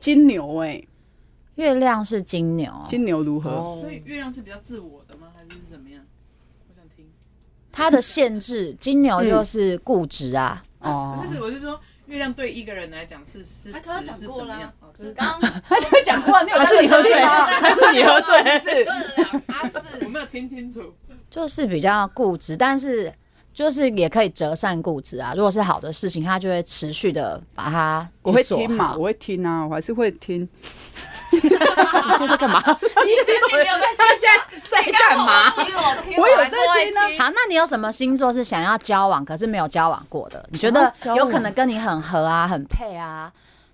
[SPEAKER 3] 金牛哎、
[SPEAKER 1] 月亮是金牛，
[SPEAKER 3] 金牛如何？
[SPEAKER 2] 哦
[SPEAKER 4] 所以月亮是比较自我的吗？还是怎么样？我想听，
[SPEAKER 1] 它的限 制，金牛就是固执啊。
[SPEAKER 3] 嗯哦
[SPEAKER 4] 不是不是，我是说月亮对一个人来讲是是
[SPEAKER 3] 哎
[SPEAKER 6] 他刚刚
[SPEAKER 4] 指是
[SPEAKER 6] 讲
[SPEAKER 4] 怎
[SPEAKER 6] 过
[SPEAKER 4] 么样
[SPEAKER 6] 了？
[SPEAKER 4] 哦，
[SPEAKER 6] 只
[SPEAKER 4] 真 的
[SPEAKER 6] 是刚刚
[SPEAKER 3] 他就讲过了，没有
[SPEAKER 2] 啊还是你喝醉了？
[SPEAKER 3] 吗？
[SPEAKER 2] 还是你喝醉？是
[SPEAKER 6] 问了 他是
[SPEAKER 4] 我没有听清楚，
[SPEAKER 1] 就是比较固执，但是就是也可以折善固执啊。如果是好的事情，他就会持续的把它去
[SPEAKER 3] 我会
[SPEAKER 1] 做
[SPEAKER 3] 听
[SPEAKER 1] 好
[SPEAKER 3] 嘛，我会听啊，我还是会听。
[SPEAKER 2] 你现在干嘛？他现在在干嘛？
[SPEAKER 6] 听我听，
[SPEAKER 3] 我有在
[SPEAKER 6] 还
[SPEAKER 3] 听啊
[SPEAKER 6] 是会
[SPEAKER 1] 好，那你有什么星座是想要交往可是没有交往过的？你觉得
[SPEAKER 3] 想要交往
[SPEAKER 1] 有可能跟你很合啊，很配啊？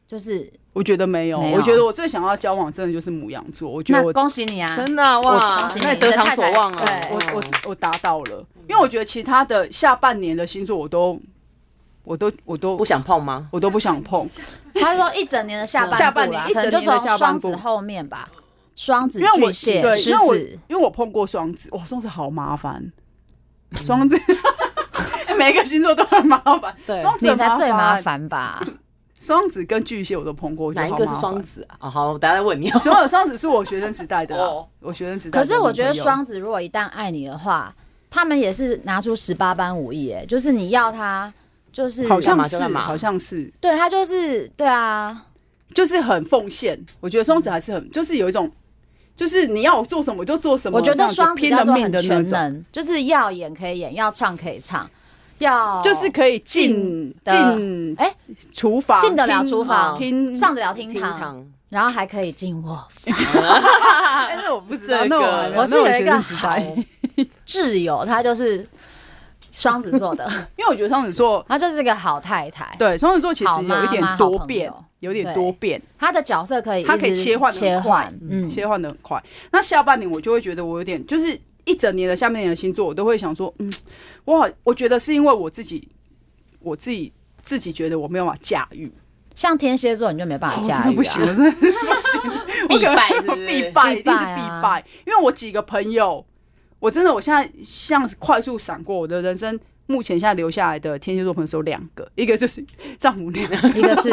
[SPEAKER 1] 就是
[SPEAKER 3] 我觉得没有，
[SPEAKER 1] 没有
[SPEAKER 3] 我觉得我最想要交往真的就是母羊座，我觉
[SPEAKER 1] 那
[SPEAKER 3] 得我
[SPEAKER 1] 恭喜你啊！
[SPEAKER 2] 真的啊哇
[SPEAKER 1] 恭喜，你
[SPEAKER 2] 那你得偿所望啊！
[SPEAKER 1] 对
[SPEAKER 3] 我我我达到了，因为我觉得其他的下半年的星座我都我都我都
[SPEAKER 2] 不想碰吗？
[SPEAKER 3] 我都不想碰，
[SPEAKER 1] 他说一整年的下半
[SPEAKER 3] 下半
[SPEAKER 1] 部啦
[SPEAKER 3] 年一
[SPEAKER 1] 可能
[SPEAKER 3] 整
[SPEAKER 1] 就
[SPEAKER 3] 年的
[SPEAKER 1] 从
[SPEAKER 3] 下半
[SPEAKER 1] 双
[SPEAKER 3] 部
[SPEAKER 1] 子后面吧，双子
[SPEAKER 3] 因为我
[SPEAKER 1] 巨蟹
[SPEAKER 3] 对，
[SPEAKER 1] 狮
[SPEAKER 3] 因为我
[SPEAKER 1] 子
[SPEAKER 3] 因。为我碰过双子，哇，双子好麻烦，双子。 每一个星座都很麻烦，
[SPEAKER 2] 对
[SPEAKER 3] 双子
[SPEAKER 1] 你
[SPEAKER 3] 很
[SPEAKER 1] 才最麻
[SPEAKER 3] 麻。
[SPEAKER 1] 烦吧？
[SPEAKER 3] 双子跟巨蟹我都碰过，我觉
[SPEAKER 2] 哪
[SPEAKER 3] 得
[SPEAKER 2] 一
[SPEAKER 3] 好
[SPEAKER 2] 个是
[SPEAKER 3] 麻
[SPEAKER 2] 双
[SPEAKER 3] 烦？
[SPEAKER 2] 子啊？哦好，我等下再问你哦。
[SPEAKER 3] 所有 双子是我学生时代的啦
[SPEAKER 2] 哦，
[SPEAKER 3] 我学生时代。
[SPEAKER 1] 可是我觉得双，子如果一旦爱你的话，他们也是拿出十八般武艺，哎，就是你要他，就是
[SPEAKER 3] 好像
[SPEAKER 2] 干嘛就
[SPEAKER 3] 是，
[SPEAKER 2] 干嘛
[SPEAKER 3] 好像是，
[SPEAKER 1] 对他就是对啊，
[SPEAKER 3] 就是很奉献。我觉得双子还是很，就是有一种，就是你要我做什么我就做什么。
[SPEAKER 1] 我觉
[SPEAKER 3] 这
[SPEAKER 1] 得
[SPEAKER 3] 样子
[SPEAKER 1] 双子
[SPEAKER 3] 拼
[SPEAKER 1] 叫
[SPEAKER 3] 了
[SPEAKER 1] 做
[SPEAKER 3] 命
[SPEAKER 1] 很
[SPEAKER 3] 的那
[SPEAKER 1] 全
[SPEAKER 3] 种，
[SPEAKER 1] 能，就是要演可以演，要唱可以唱，要
[SPEAKER 3] 就是可以进
[SPEAKER 1] 哦进的
[SPEAKER 3] 进
[SPEAKER 1] 哎
[SPEAKER 3] 厨房，
[SPEAKER 1] 进得了
[SPEAKER 3] 听哦
[SPEAKER 1] 厨房
[SPEAKER 3] 听
[SPEAKER 1] 上得了厅
[SPEAKER 2] 厅
[SPEAKER 1] 堂，
[SPEAKER 2] 堂
[SPEAKER 1] 然后还可以进我。
[SPEAKER 3] 但是我不知道，
[SPEAKER 2] 这
[SPEAKER 3] 那我
[SPEAKER 2] 个
[SPEAKER 3] 还没
[SPEAKER 1] 我是
[SPEAKER 3] 那
[SPEAKER 1] 有一
[SPEAKER 3] 学
[SPEAKER 1] 个
[SPEAKER 3] 生时
[SPEAKER 1] 好
[SPEAKER 3] 代
[SPEAKER 1] 挚友，他就是双子座的，
[SPEAKER 3] 因为我觉得双子座，
[SPEAKER 1] 他就是个好太太。
[SPEAKER 3] 对双子座其
[SPEAKER 1] 好
[SPEAKER 3] 实
[SPEAKER 1] 妈妈
[SPEAKER 3] 有一点多变
[SPEAKER 1] 好朋友，
[SPEAKER 3] 有点多变，
[SPEAKER 1] 他的角色可以一直
[SPEAKER 3] 他可以切换得
[SPEAKER 1] 切
[SPEAKER 3] 很快
[SPEAKER 1] 换，嗯，
[SPEAKER 3] 切换的很快。那下半年我就会觉得我有点，就是一整年的下半年的星座，我都会想说，嗯，我好，我觉得是因为我自己，我自己自己觉得我没有办法驾驭，
[SPEAKER 1] 像天蝎座你就没办法
[SPEAKER 3] 我
[SPEAKER 1] 驾
[SPEAKER 3] 哦真的
[SPEAKER 1] 驭
[SPEAKER 3] 不行，
[SPEAKER 1] 啊。
[SPEAKER 3] 我真的是
[SPEAKER 2] 必败是
[SPEAKER 3] 我
[SPEAKER 2] 不是，
[SPEAKER 3] 必败，一定是
[SPEAKER 1] 必败
[SPEAKER 3] 必
[SPEAKER 1] 啊
[SPEAKER 3] 败。因为我几个朋友，我真的我现在像是快速闪过我的人生。目前现在留下来的天蝎座朋友只有两个，一个就是 丈母娘，
[SPEAKER 1] 一个是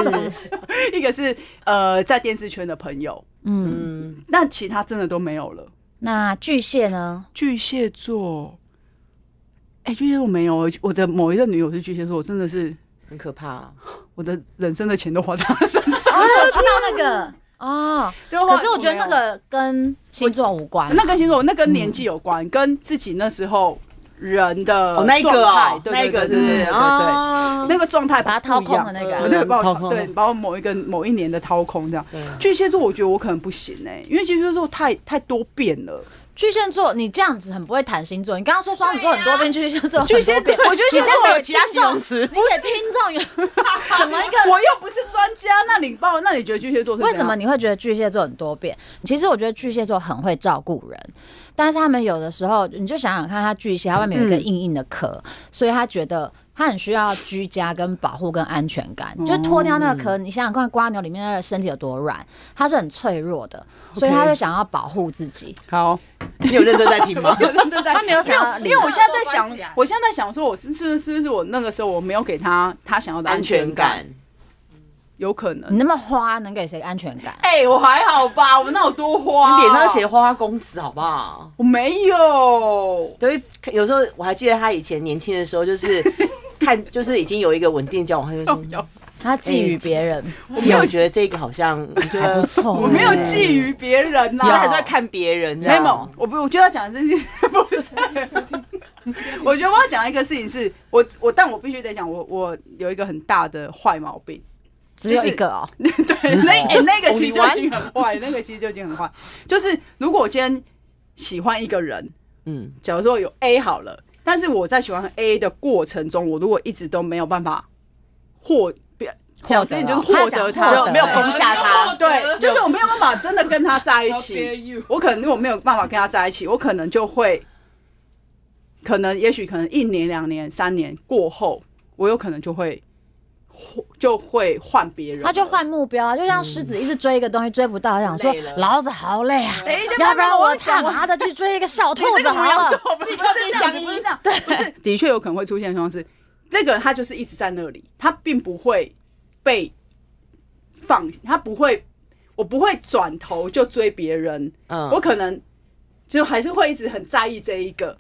[SPEAKER 3] 一个是呃在电视圈的朋友，
[SPEAKER 1] 嗯，
[SPEAKER 2] 嗯，
[SPEAKER 3] 那其他真的都没有了。嗯
[SPEAKER 1] 那巨蟹 呢？
[SPEAKER 3] 巨蟹座，哎、巨蟹座没有，我的某一个女友是巨蟹座，我真的是
[SPEAKER 2] 很可怕啊。
[SPEAKER 3] 我的人生的钱都花在她身上。
[SPEAKER 1] 啊，我知道那个哦， 可是我觉得那个嗯跟星座无关，
[SPEAKER 3] 那跟星座那跟年纪有关，跟自己那时候人的
[SPEAKER 2] 哦，那一个
[SPEAKER 3] 状态
[SPEAKER 2] 哦，
[SPEAKER 3] 对
[SPEAKER 2] 那一个
[SPEAKER 3] 对
[SPEAKER 2] 是不
[SPEAKER 3] 对对对
[SPEAKER 2] 是？
[SPEAKER 3] 对对，
[SPEAKER 2] 啊，
[SPEAKER 3] 那个状态
[SPEAKER 1] 把它掏空的那
[SPEAKER 3] 我
[SPEAKER 1] 个。
[SPEAKER 3] 这个把
[SPEAKER 2] 掏
[SPEAKER 3] 我
[SPEAKER 2] 空
[SPEAKER 3] 对把我某一个某一年的掏空这样。
[SPEAKER 2] 对
[SPEAKER 3] 巨蟹座我觉得我可能不行哎、因为巨蟹座太太多变了。
[SPEAKER 1] 巨蟹座，你这样子很不会谈星座。你刚刚说双子座很多变，巨蟹座很多
[SPEAKER 3] 啊巨蟹，我
[SPEAKER 1] 变
[SPEAKER 3] 觉得巨蟹座
[SPEAKER 2] 有其他形容词，
[SPEAKER 1] 你给听众 有什么一个？
[SPEAKER 3] 我又不是专家，那你帮我，那你觉得巨蟹座是
[SPEAKER 1] 为什
[SPEAKER 3] 怎样
[SPEAKER 1] 么你会觉得巨蟹座很多变？其实我觉得巨蟹座很会照顾人，
[SPEAKER 3] 嗯
[SPEAKER 1] 但是他们有的时候，你就想想看，他巨蟹，他外面有一个硬硬的壳，所以他觉得他很需要居家跟保护跟安全
[SPEAKER 3] 哦
[SPEAKER 1] 感。就脱掉那个壳，你想想看，瓜牛里面的身体有多软，它是很脆弱的，所以他会想要保护自己。
[SPEAKER 3] 好，
[SPEAKER 2] 你有认真在听吗？
[SPEAKER 1] 他没有想要
[SPEAKER 3] 因为我现在在
[SPEAKER 6] 关起
[SPEAKER 3] 想
[SPEAKER 1] 啊
[SPEAKER 6] 来，
[SPEAKER 3] 我现在在想说，我是是是不是我那个时候我没有给他他想要的
[SPEAKER 2] 安
[SPEAKER 3] 安
[SPEAKER 2] 全
[SPEAKER 3] 全
[SPEAKER 2] 感
[SPEAKER 3] 感？，有可
[SPEAKER 1] 你
[SPEAKER 3] 能。
[SPEAKER 1] 那么花，能给谁安全 感？
[SPEAKER 3] 哎、我还好吧，我那有多花？啊
[SPEAKER 2] 你脸上写花花公子好不好？
[SPEAKER 3] 我没有，
[SPEAKER 2] 对，有时候我还记得他以前年轻的时候，就是 看，就是已经有一个稳定交往，他就说
[SPEAKER 1] 他觊觎别人，
[SPEAKER 3] 哎
[SPEAKER 2] 既然我觉得这个好像觉得
[SPEAKER 1] 不错
[SPEAKER 3] 我没有觊觎别人
[SPEAKER 2] 他
[SPEAKER 1] 有
[SPEAKER 2] 还
[SPEAKER 3] 呐、
[SPEAKER 2] 在看别人，啊
[SPEAKER 3] 没有没有，我不，我就要讲这件不是。 我觉得我要讲一个事情是，我我，但我必须得讲，我我有一个很大的坏毛病，
[SPEAKER 1] 只有一个哦。
[SPEAKER 3] 对， 那、欸、那个其实
[SPEAKER 2] Only
[SPEAKER 3] 就
[SPEAKER 2] one？
[SPEAKER 3] 已经很坏，那个其实就已经很坏。就是如果我今天喜欢一个人，
[SPEAKER 2] 嗯，
[SPEAKER 3] 假如说有 A 好了，但是我在喜欢 A 的过程中，我如果一直都没有办法获，不要讲真的就是获得
[SPEAKER 1] 哦他
[SPEAKER 3] 他
[SPEAKER 1] 讲获得哎
[SPEAKER 2] 就
[SPEAKER 3] 的，
[SPEAKER 2] 没有攻下他，
[SPEAKER 3] 对，就是我没有办法真的跟他在 一
[SPEAKER 4] How dare
[SPEAKER 3] 起。
[SPEAKER 4] you？
[SPEAKER 3] 我可能如果没有办法跟他在一起，我可能就会，可能也许可能一年、两年、三年过后，我有可能就会。就会换别人了，
[SPEAKER 1] 他就换目标啊，就像狮
[SPEAKER 3] 嗯
[SPEAKER 1] 子一直追一个东西追不到，他想说
[SPEAKER 2] 累了
[SPEAKER 1] 老子好累啊
[SPEAKER 3] 等一下，
[SPEAKER 1] 要不然
[SPEAKER 3] 那我
[SPEAKER 1] 我
[SPEAKER 3] 哎要
[SPEAKER 1] 他
[SPEAKER 3] 讲我
[SPEAKER 1] 妈的去追一个 小兔子好
[SPEAKER 3] 要
[SPEAKER 1] 了。
[SPEAKER 3] 做，不是这样子，不是这样，不是，的确有可能会出现的情况是，这个人他就是一直在那里，他并不会被放，他不会，我不会转头就追别人，
[SPEAKER 2] 嗯
[SPEAKER 3] 我可能就还是会一直很在意这一个。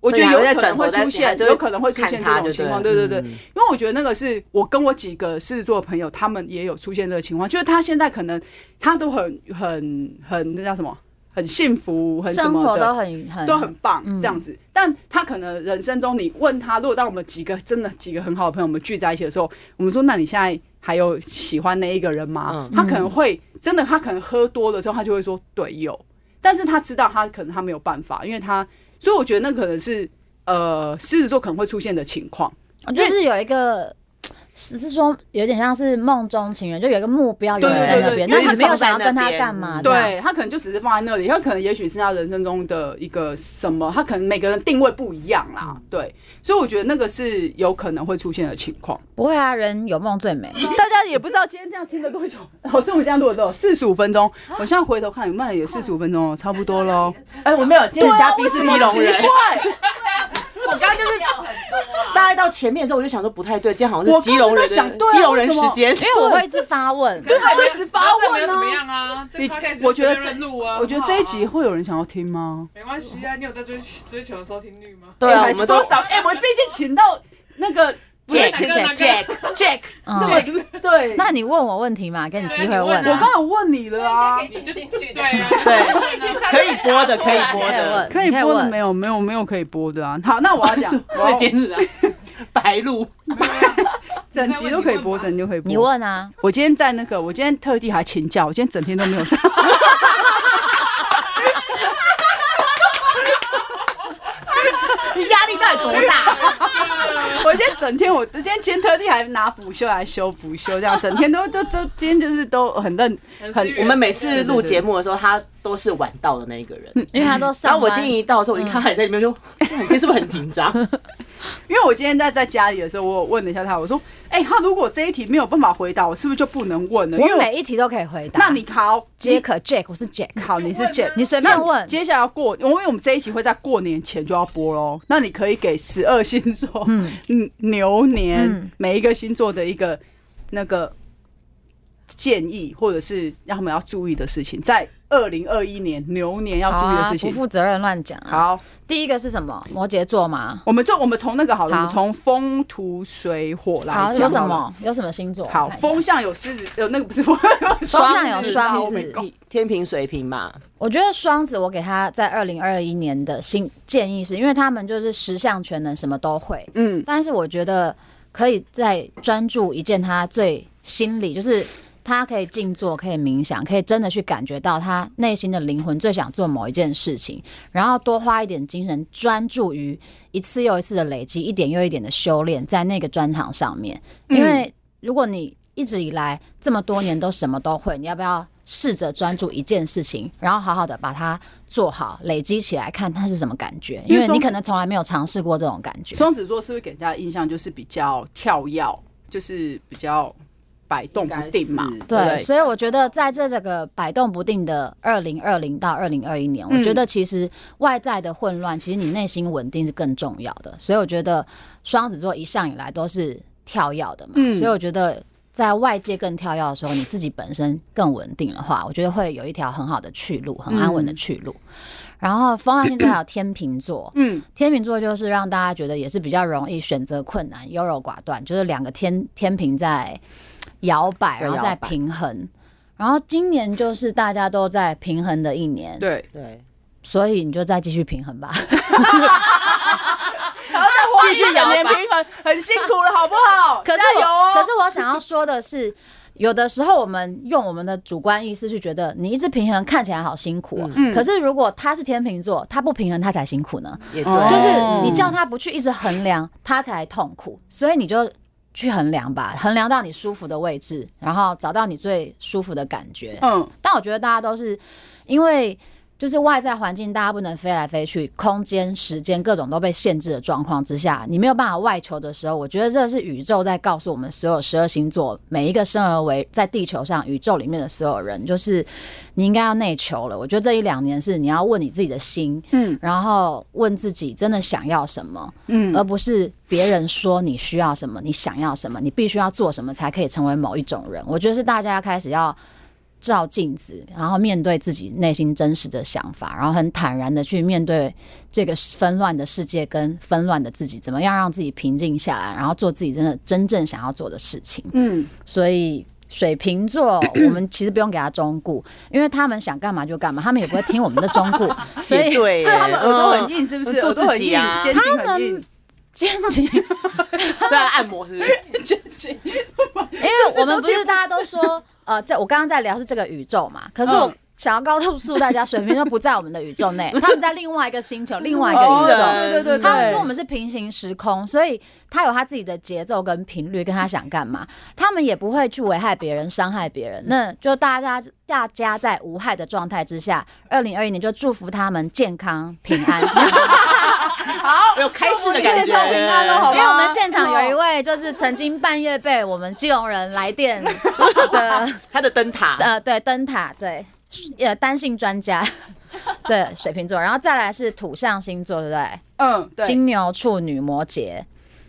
[SPEAKER 3] 我
[SPEAKER 2] 所以
[SPEAKER 3] 觉得
[SPEAKER 2] 还会
[SPEAKER 3] 有
[SPEAKER 2] 再
[SPEAKER 3] 可能
[SPEAKER 2] 转头
[SPEAKER 3] 会
[SPEAKER 2] 但
[SPEAKER 3] 出
[SPEAKER 2] 你还
[SPEAKER 3] 现，
[SPEAKER 2] 是会
[SPEAKER 3] 有可能会出现
[SPEAKER 2] 看
[SPEAKER 3] 这
[SPEAKER 2] 他
[SPEAKER 3] 种
[SPEAKER 2] 就
[SPEAKER 3] 情况，
[SPEAKER 2] 对
[SPEAKER 3] 对
[SPEAKER 2] 了
[SPEAKER 3] 对对，
[SPEAKER 2] 嗯
[SPEAKER 3] 因为我觉得那个是我跟我几个狮子座的朋友，他们也有出现这个情况，就是他现在可能他都很很很那叫什么，很幸福，很什
[SPEAKER 1] 生
[SPEAKER 3] 么
[SPEAKER 1] 活
[SPEAKER 3] 的
[SPEAKER 1] 都，很很
[SPEAKER 3] 都很棒这样子。但他可能人生中，你问他，如果当我们几个真的几个很好的朋友，我们聚在一起的时候，我们说，那你现在还有喜欢那一个人吗？
[SPEAKER 2] 嗯
[SPEAKER 3] 他可能会真的，他可能喝多了之后，他就会说对有，但是他知道他可能他没有办法，因为他，所以我觉得那可能是呃狮子座可能会出现的情况。
[SPEAKER 1] 就是有一个，只是说有点像是梦中情人，就有一个目标有
[SPEAKER 3] 对
[SPEAKER 1] 人
[SPEAKER 3] 对
[SPEAKER 1] 在
[SPEAKER 3] 对
[SPEAKER 1] 那
[SPEAKER 3] 对
[SPEAKER 1] 边，
[SPEAKER 2] 就
[SPEAKER 1] 但
[SPEAKER 2] 一直
[SPEAKER 1] 你没有
[SPEAKER 2] 放在
[SPEAKER 1] 想要
[SPEAKER 2] 那
[SPEAKER 1] 跟他
[SPEAKER 2] 边
[SPEAKER 1] 干嘛？
[SPEAKER 2] 嗯
[SPEAKER 1] 这样，
[SPEAKER 3] 对他可能就只是放在那里，他可能也许是他人生中的一个什么，他可能每个人定位不一样啦，对，所以我觉得那个是有可能会出现的情况。
[SPEAKER 1] 不会啊，人有梦最美。
[SPEAKER 3] 大家也不知道今天这样听了多久，老师，我们这样录了多久？四十五分钟。我现在回头看，有没有有四十五分钟哦？差不多喽。
[SPEAKER 2] 哎，我没有，今天人家 B 是基隆人，
[SPEAKER 3] 对，
[SPEAKER 2] 我刚刚就是
[SPEAKER 6] 掉很多啊。
[SPEAKER 2] 大概到前面的时候，我就想说不太对，今天好像
[SPEAKER 3] 我
[SPEAKER 2] 是基隆
[SPEAKER 3] 刚刚
[SPEAKER 2] 人
[SPEAKER 3] 在想
[SPEAKER 2] 的
[SPEAKER 3] 对啊
[SPEAKER 2] 基隆人时间
[SPEAKER 1] 因，为我会一直发 问，
[SPEAKER 4] 对
[SPEAKER 3] 他会一直发
[SPEAKER 4] 这没有
[SPEAKER 3] 问啊
[SPEAKER 4] 怎么样啊？这
[SPEAKER 3] 你
[SPEAKER 4] podcast
[SPEAKER 3] 我觉得这
[SPEAKER 4] 就随便录啊，
[SPEAKER 3] 我觉得这一集
[SPEAKER 4] 好啊
[SPEAKER 3] 会有人想要听吗？
[SPEAKER 4] 没关系啊。你有在追追求收听率吗？
[SPEAKER 2] 对啊，
[SPEAKER 3] 还
[SPEAKER 2] 我
[SPEAKER 3] 是
[SPEAKER 2] 们都
[SPEAKER 3] 多少？哎，我们毕竟请到那个
[SPEAKER 1] 不是
[SPEAKER 3] Jack
[SPEAKER 1] 请 Jack
[SPEAKER 2] Jack，
[SPEAKER 1] Jack，嗯
[SPEAKER 2] 啊
[SPEAKER 3] 这么对，
[SPEAKER 1] 那你问我问题嘛，给你机会
[SPEAKER 4] 对
[SPEAKER 1] 问
[SPEAKER 4] 你问
[SPEAKER 3] 我
[SPEAKER 1] 啊
[SPEAKER 4] 啊。
[SPEAKER 3] 刚有问你了啊
[SPEAKER 6] 可以。进进去
[SPEAKER 4] 对
[SPEAKER 6] 的。
[SPEAKER 4] 啊，
[SPEAKER 2] 对 可以播的，可以
[SPEAKER 3] 啊
[SPEAKER 2] 播
[SPEAKER 1] 可以
[SPEAKER 2] 的
[SPEAKER 1] 问，
[SPEAKER 3] 可以播的没有？没有没有可以播的啊！好，那我要讲， 我
[SPEAKER 2] 会
[SPEAKER 3] 要
[SPEAKER 2] 兼职啊，白 鹿，
[SPEAKER 3] 整集都可以播，整集都可以播。
[SPEAKER 1] 你问啊，
[SPEAKER 3] 我今天在那个，我今天特地还请假，我今天整天都没有上。
[SPEAKER 2] 你压力到底多大？
[SPEAKER 3] 我今天整天我，我今天今天特地还拿补休来休补休，这样整天都都都今天就是都很认很
[SPEAKER 4] 很
[SPEAKER 2] 我们每次录节目的时候，他都是晚到的那一个人。
[SPEAKER 1] 因为他都
[SPEAKER 2] 然
[SPEAKER 1] 上
[SPEAKER 2] 后我
[SPEAKER 1] 班
[SPEAKER 2] 今天一到的时候，我就看他也在里面说，你今天是不是很紧张？
[SPEAKER 3] 因为我今天在在家里的时候，我有问了一下他，我说：“哎、他如果这一题没有办法回答，我是不是就不能问了？”因为
[SPEAKER 1] 我每一题都可以回答。
[SPEAKER 3] 那你好，
[SPEAKER 1] 杰
[SPEAKER 3] 你
[SPEAKER 1] 克 Jack，我是 Jack，
[SPEAKER 3] 好，你是 Jack，
[SPEAKER 1] 你随便问。
[SPEAKER 3] 接下来要过，因为我们这一期会在过年前就要播喽。那你可以给十二星座，嗯， 牛
[SPEAKER 1] 嗯
[SPEAKER 3] 年每一个星座的一个那个建议，或者是让他们要注意的事情，在二零二一年牛年要注意
[SPEAKER 1] 好
[SPEAKER 3] 的事
[SPEAKER 1] 啊不
[SPEAKER 3] 情。
[SPEAKER 1] 负责任乱讲啊。
[SPEAKER 3] 好，
[SPEAKER 1] 第一个是什么？摩羯座嘛。
[SPEAKER 3] 我们就我们从那个好了，
[SPEAKER 1] 好
[SPEAKER 3] 我们从风土水火来
[SPEAKER 1] 好，
[SPEAKER 3] 讲。
[SPEAKER 1] 有什？么？有什么星座？
[SPEAKER 3] 好，
[SPEAKER 1] 看一下
[SPEAKER 3] 风。象有狮子，有那个不是风，
[SPEAKER 1] 双子有双子
[SPEAKER 3] Oh my god
[SPEAKER 2] 天平、水瓶嘛，
[SPEAKER 1] 我觉得双子，我给他在二零二一年的新建议是，因为他们就是十项全能，什么都会。
[SPEAKER 3] 嗯，
[SPEAKER 1] 但是我觉得可以再专注一件他最心里，就是他可以静坐，可以冥想，可以真的去感觉到他内心的灵魂最想做某一件事情，然后多花一点精神专注于一次又一次的累积，一点又一点的修炼在那个专长上面。因为如果你一直以来这么多年都什么都会，你要不要试着专注一件事情，然后好好的把它做好，累积起来看它是什么感觉，因
[SPEAKER 3] 因
[SPEAKER 1] 为
[SPEAKER 3] 为
[SPEAKER 1] 你
[SPEAKER 3] 双
[SPEAKER 1] 可能从来没有尝试过这种感觉。
[SPEAKER 3] 双子座是不是给人家的印象就是比较跳跃，就是比较摆动不定嘛？
[SPEAKER 2] 应该是
[SPEAKER 3] 对不
[SPEAKER 1] 对，所以我觉得在这这个摆动不定的二零二零到二零二一
[SPEAKER 3] 嗯
[SPEAKER 1] 年，我觉得其实外在的混乱，其实你内心稳定是更重要的。所以我觉得双子座一向以来都是跳跃的嘛，
[SPEAKER 3] 嗯
[SPEAKER 1] 所以我觉得在外界更跳跃的时候，你自己本身更稳定的
[SPEAKER 3] 嗯
[SPEAKER 1] 话，我觉得会有一条很好的去路，很安稳的去路。然后风象星座还有天秤座，
[SPEAKER 3] 嗯，
[SPEAKER 1] 天秤座就是让大家觉得也是比较容易选择困难、优柔寡断，就是两个天天平在摇摆，
[SPEAKER 2] 对
[SPEAKER 1] 然后
[SPEAKER 2] 摇
[SPEAKER 1] 再
[SPEAKER 2] 摆
[SPEAKER 1] 平衡。然后今年就是大家都在平衡的一年，
[SPEAKER 3] 对，
[SPEAKER 2] 对，
[SPEAKER 1] 所以你就再继续平 衡吧。
[SPEAKER 3] 然后再花
[SPEAKER 2] 继续
[SPEAKER 3] 一整年
[SPEAKER 2] 摇摆
[SPEAKER 3] 平衡，很辛苦了，好不好？
[SPEAKER 1] 可是
[SPEAKER 3] 加
[SPEAKER 1] 我，
[SPEAKER 3] 油哦！
[SPEAKER 1] 可是我想要说的是，有的时候我们用我们的主观意识去觉得你一直平衡看起来好辛苦、哦，
[SPEAKER 3] 嗯
[SPEAKER 1] 可是如果他是天秤座，他不平衡他才辛苦呢。
[SPEAKER 2] 也
[SPEAKER 3] 哦
[SPEAKER 2] 对，
[SPEAKER 1] 就是你叫他不去一直衡量，他才痛苦。所以你就去衡量吧，衡量到你舒服的位置，然后找到你最舒服的感觉。
[SPEAKER 3] 嗯，
[SPEAKER 1] 但我觉得大家都是因为。就是外在环境，大家不能飞来飞去，空间、时间各种都被限制的状况之下，你没有办法外求的时候，我觉得这是宇宙在告诉我们所有十二星座每一个生而为在地球上宇宙里面的所有人，就是你应该要内求了。我觉得这一两年是你要问你自己的心，
[SPEAKER 3] 嗯，
[SPEAKER 1] 然后问自己真的想要什么，
[SPEAKER 3] 嗯
[SPEAKER 1] 而不是别人说你需要什么，你想要什么，你必须要做什么才可以成为某一种人。我觉得是大家要开始要照镜子，然后面对自己内心真实的想法，然后很坦然的去面对这个纷乱的世界跟纷乱的自己，怎么样让自己平静下来，然后做自己真的真正想要做的事情。
[SPEAKER 3] 嗯，
[SPEAKER 1] 所以水瓶座，我们其实不用给他忠固，因为他们想干嘛就干嘛，他们也不会听我们的 忠固，所
[SPEAKER 2] 也
[SPEAKER 1] 以
[SPEAKER 2] 对耶，
[SPEAKER 3] 所以他们耳朵很硬，是不是？耳
[SPEAKER 2] 嗯
[SPEAKER 3] 朵
[SPEAKER 2] 做自
[SPEAKER 3] 很
[SPEAKER 2] 己
[SPEAKER 3] 硬
[SPEAKER 2] 啊，
[SPEAKER 3] 肩颈很硬。
[SPEAKER 1] 坚持。
[SPEAKER 2] 嗯，对啊，按摩是不是？
[SPEAKER 1] 因为我们不是大家都说，呃，这我刚刚在聊是这个宇宙嘛，可是我
[SPEAKER 3] 嗯
[SPEAKER 1] 想要告诉大家，水瓶座不在我们的宇宙内，他们在另外一个星球，另外一个
[SPEAKER 2] 哦
[SPEAKER 1] 宇宙。
[SPEAKER 2] 对
[SPEAKER 3] 对对对
[SPEAKER 1] 他们跟我们是平行时空，所以他有他自己的节奏跟频率，跟他想干嘛，他们也不会去危害别人、伤害别
[SPEAKER 3] 嗯
[SPEAKER 1] 人。那就大家大家在无害的状态之下，二零二一年就祝福他们健康平安。
[SPEAKER 2] 有开市的感
[SPEAKER 3] 谢
[SPEAKER 2] 觉
[SPEAKER 3] 谢，平安哦好吧
[SPEAKER 1] 因为我们现场有一位就是曾经半夜被我们基隆人来电 的。
[SPEAKER 2] 他的灯塔，
[SPEAKER 1] 呃，对，灯塔，对，呃，单性专家，对，水瓶座，然后再来是土象星座，对不对？
[SPEAKER 3] 嗯，对，
[SPEAKER 1] 金牛、处女、摩羯。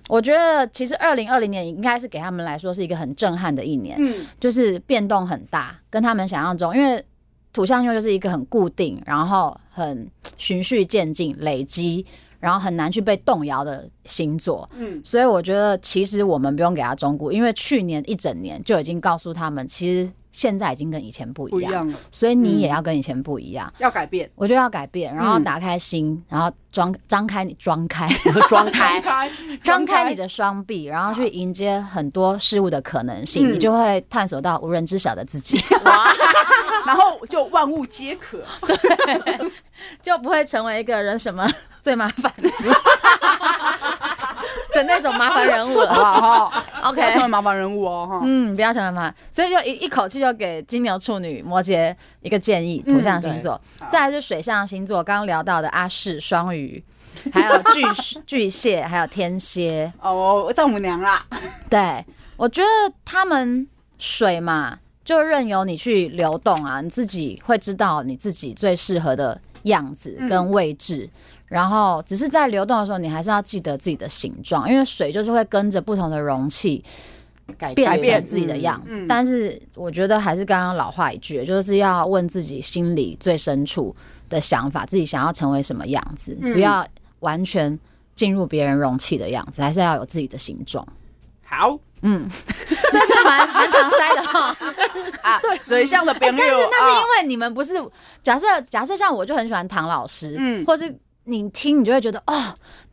[SPEAKER 1] 我觉得其实二零二零年应该是给他们来说是一个很震撼的一年，
[SPEAKER 3] 嗯
[SPEAKER 1] 就是变动很大，跟他们想象中，因为土象星座就是一个很固定，然后很循序渐进、累积，然后很难去被动摇的星座。
[SPEAKER 3] 嗯，
[SPEAKER 1] 所以我觉得其实我们不用给他忠固，因为去年一整年就已经告诉他们，其实现在已经跟以前不
[SPEAKER 3] 不
[SPEAKER 1] 一
[SPEAKER 3] 一
[SPEAKER 1] 样，
[SPEAKER 3] 样了，
[SPEAKER 1] 所以你也要跟以前不一样。
[SPEAKER 3] 要改变。
[SPEAKER 1] 我就要改变，然后
[SPEAKER 3] 嗯
[SPEAKER 1] 打开心，然后装张开你装开
[SPEAKER 2] 装开，
[SPEAKER 3] 开，
[SPEAKER 1] 张开你的双臂，然后去迎接很多事物的可能性，
[SPEAKER 3] 嗯
[SPEAKER 1] 你就会探索到无人知晓的自己，
[SPEAKER 3] 然后就万物皆可。
[SPEAKER 1] 就不会成为一个人什么 最麻烦的 的那种麻烦人物
[SPEAKER 3] 好 不
[SPEAKER 1] 了。
[SPEAKER 3] 好哈
[SPEAKER 1] OK
[SPEAKER 3] 要成为麻烦人物哦，哈。
[SPEAKER 1] 嗯，不要想那么，所以就一一口气就给金牛、处女、摩羯一个建议，土象星座，再来是水象星座，刚刚聊到的阿氏、双鱼，还有巨 巨蟹，还有天蝎，
[SPEAKER 3] 哦，我丈母娘啦，
[SPEAKER 1] 对，我觉得他们水嘛，就任由你去流动啊，你自己会知道你自己最适合的样子跟位置。然后，只是在流动的时候，你还是要记得自己的形状，因为水就是会跟着不同的容器
[SPEAKER 2] 改
[SPEAKER 1] 变
[SPEAKER 2] 改
[SPEAKER 1] 成
[SPEAKER 2] 变
[SPEAKER 1] 自己的样子。
[SPEAKER 3] 嗯嗯
[SPEAKER 1] 但是，我觉得还是刚刚老话一句，就是要问自己心里最深处的想法，自己想要成为什么样子，不要完全进入别人容器的样子，还是要有自己的形状。
[SPEAKER 3] 好
[SPEAKER 1] 嗯， 这是蛮蛮搪塞的 哈、
[SPEAKER 3] 啊，水象的朋友，
[SPEAKER 1] 哎但是那是因
[SPEAKER 3] 啊
[SPEAKER 1] 为你们不是假设假设像我就很喜欢唐老师，嗯，
[SPEAKER 3] 嗯
[SPEAKER 1] 或是你听你就会觉得哦，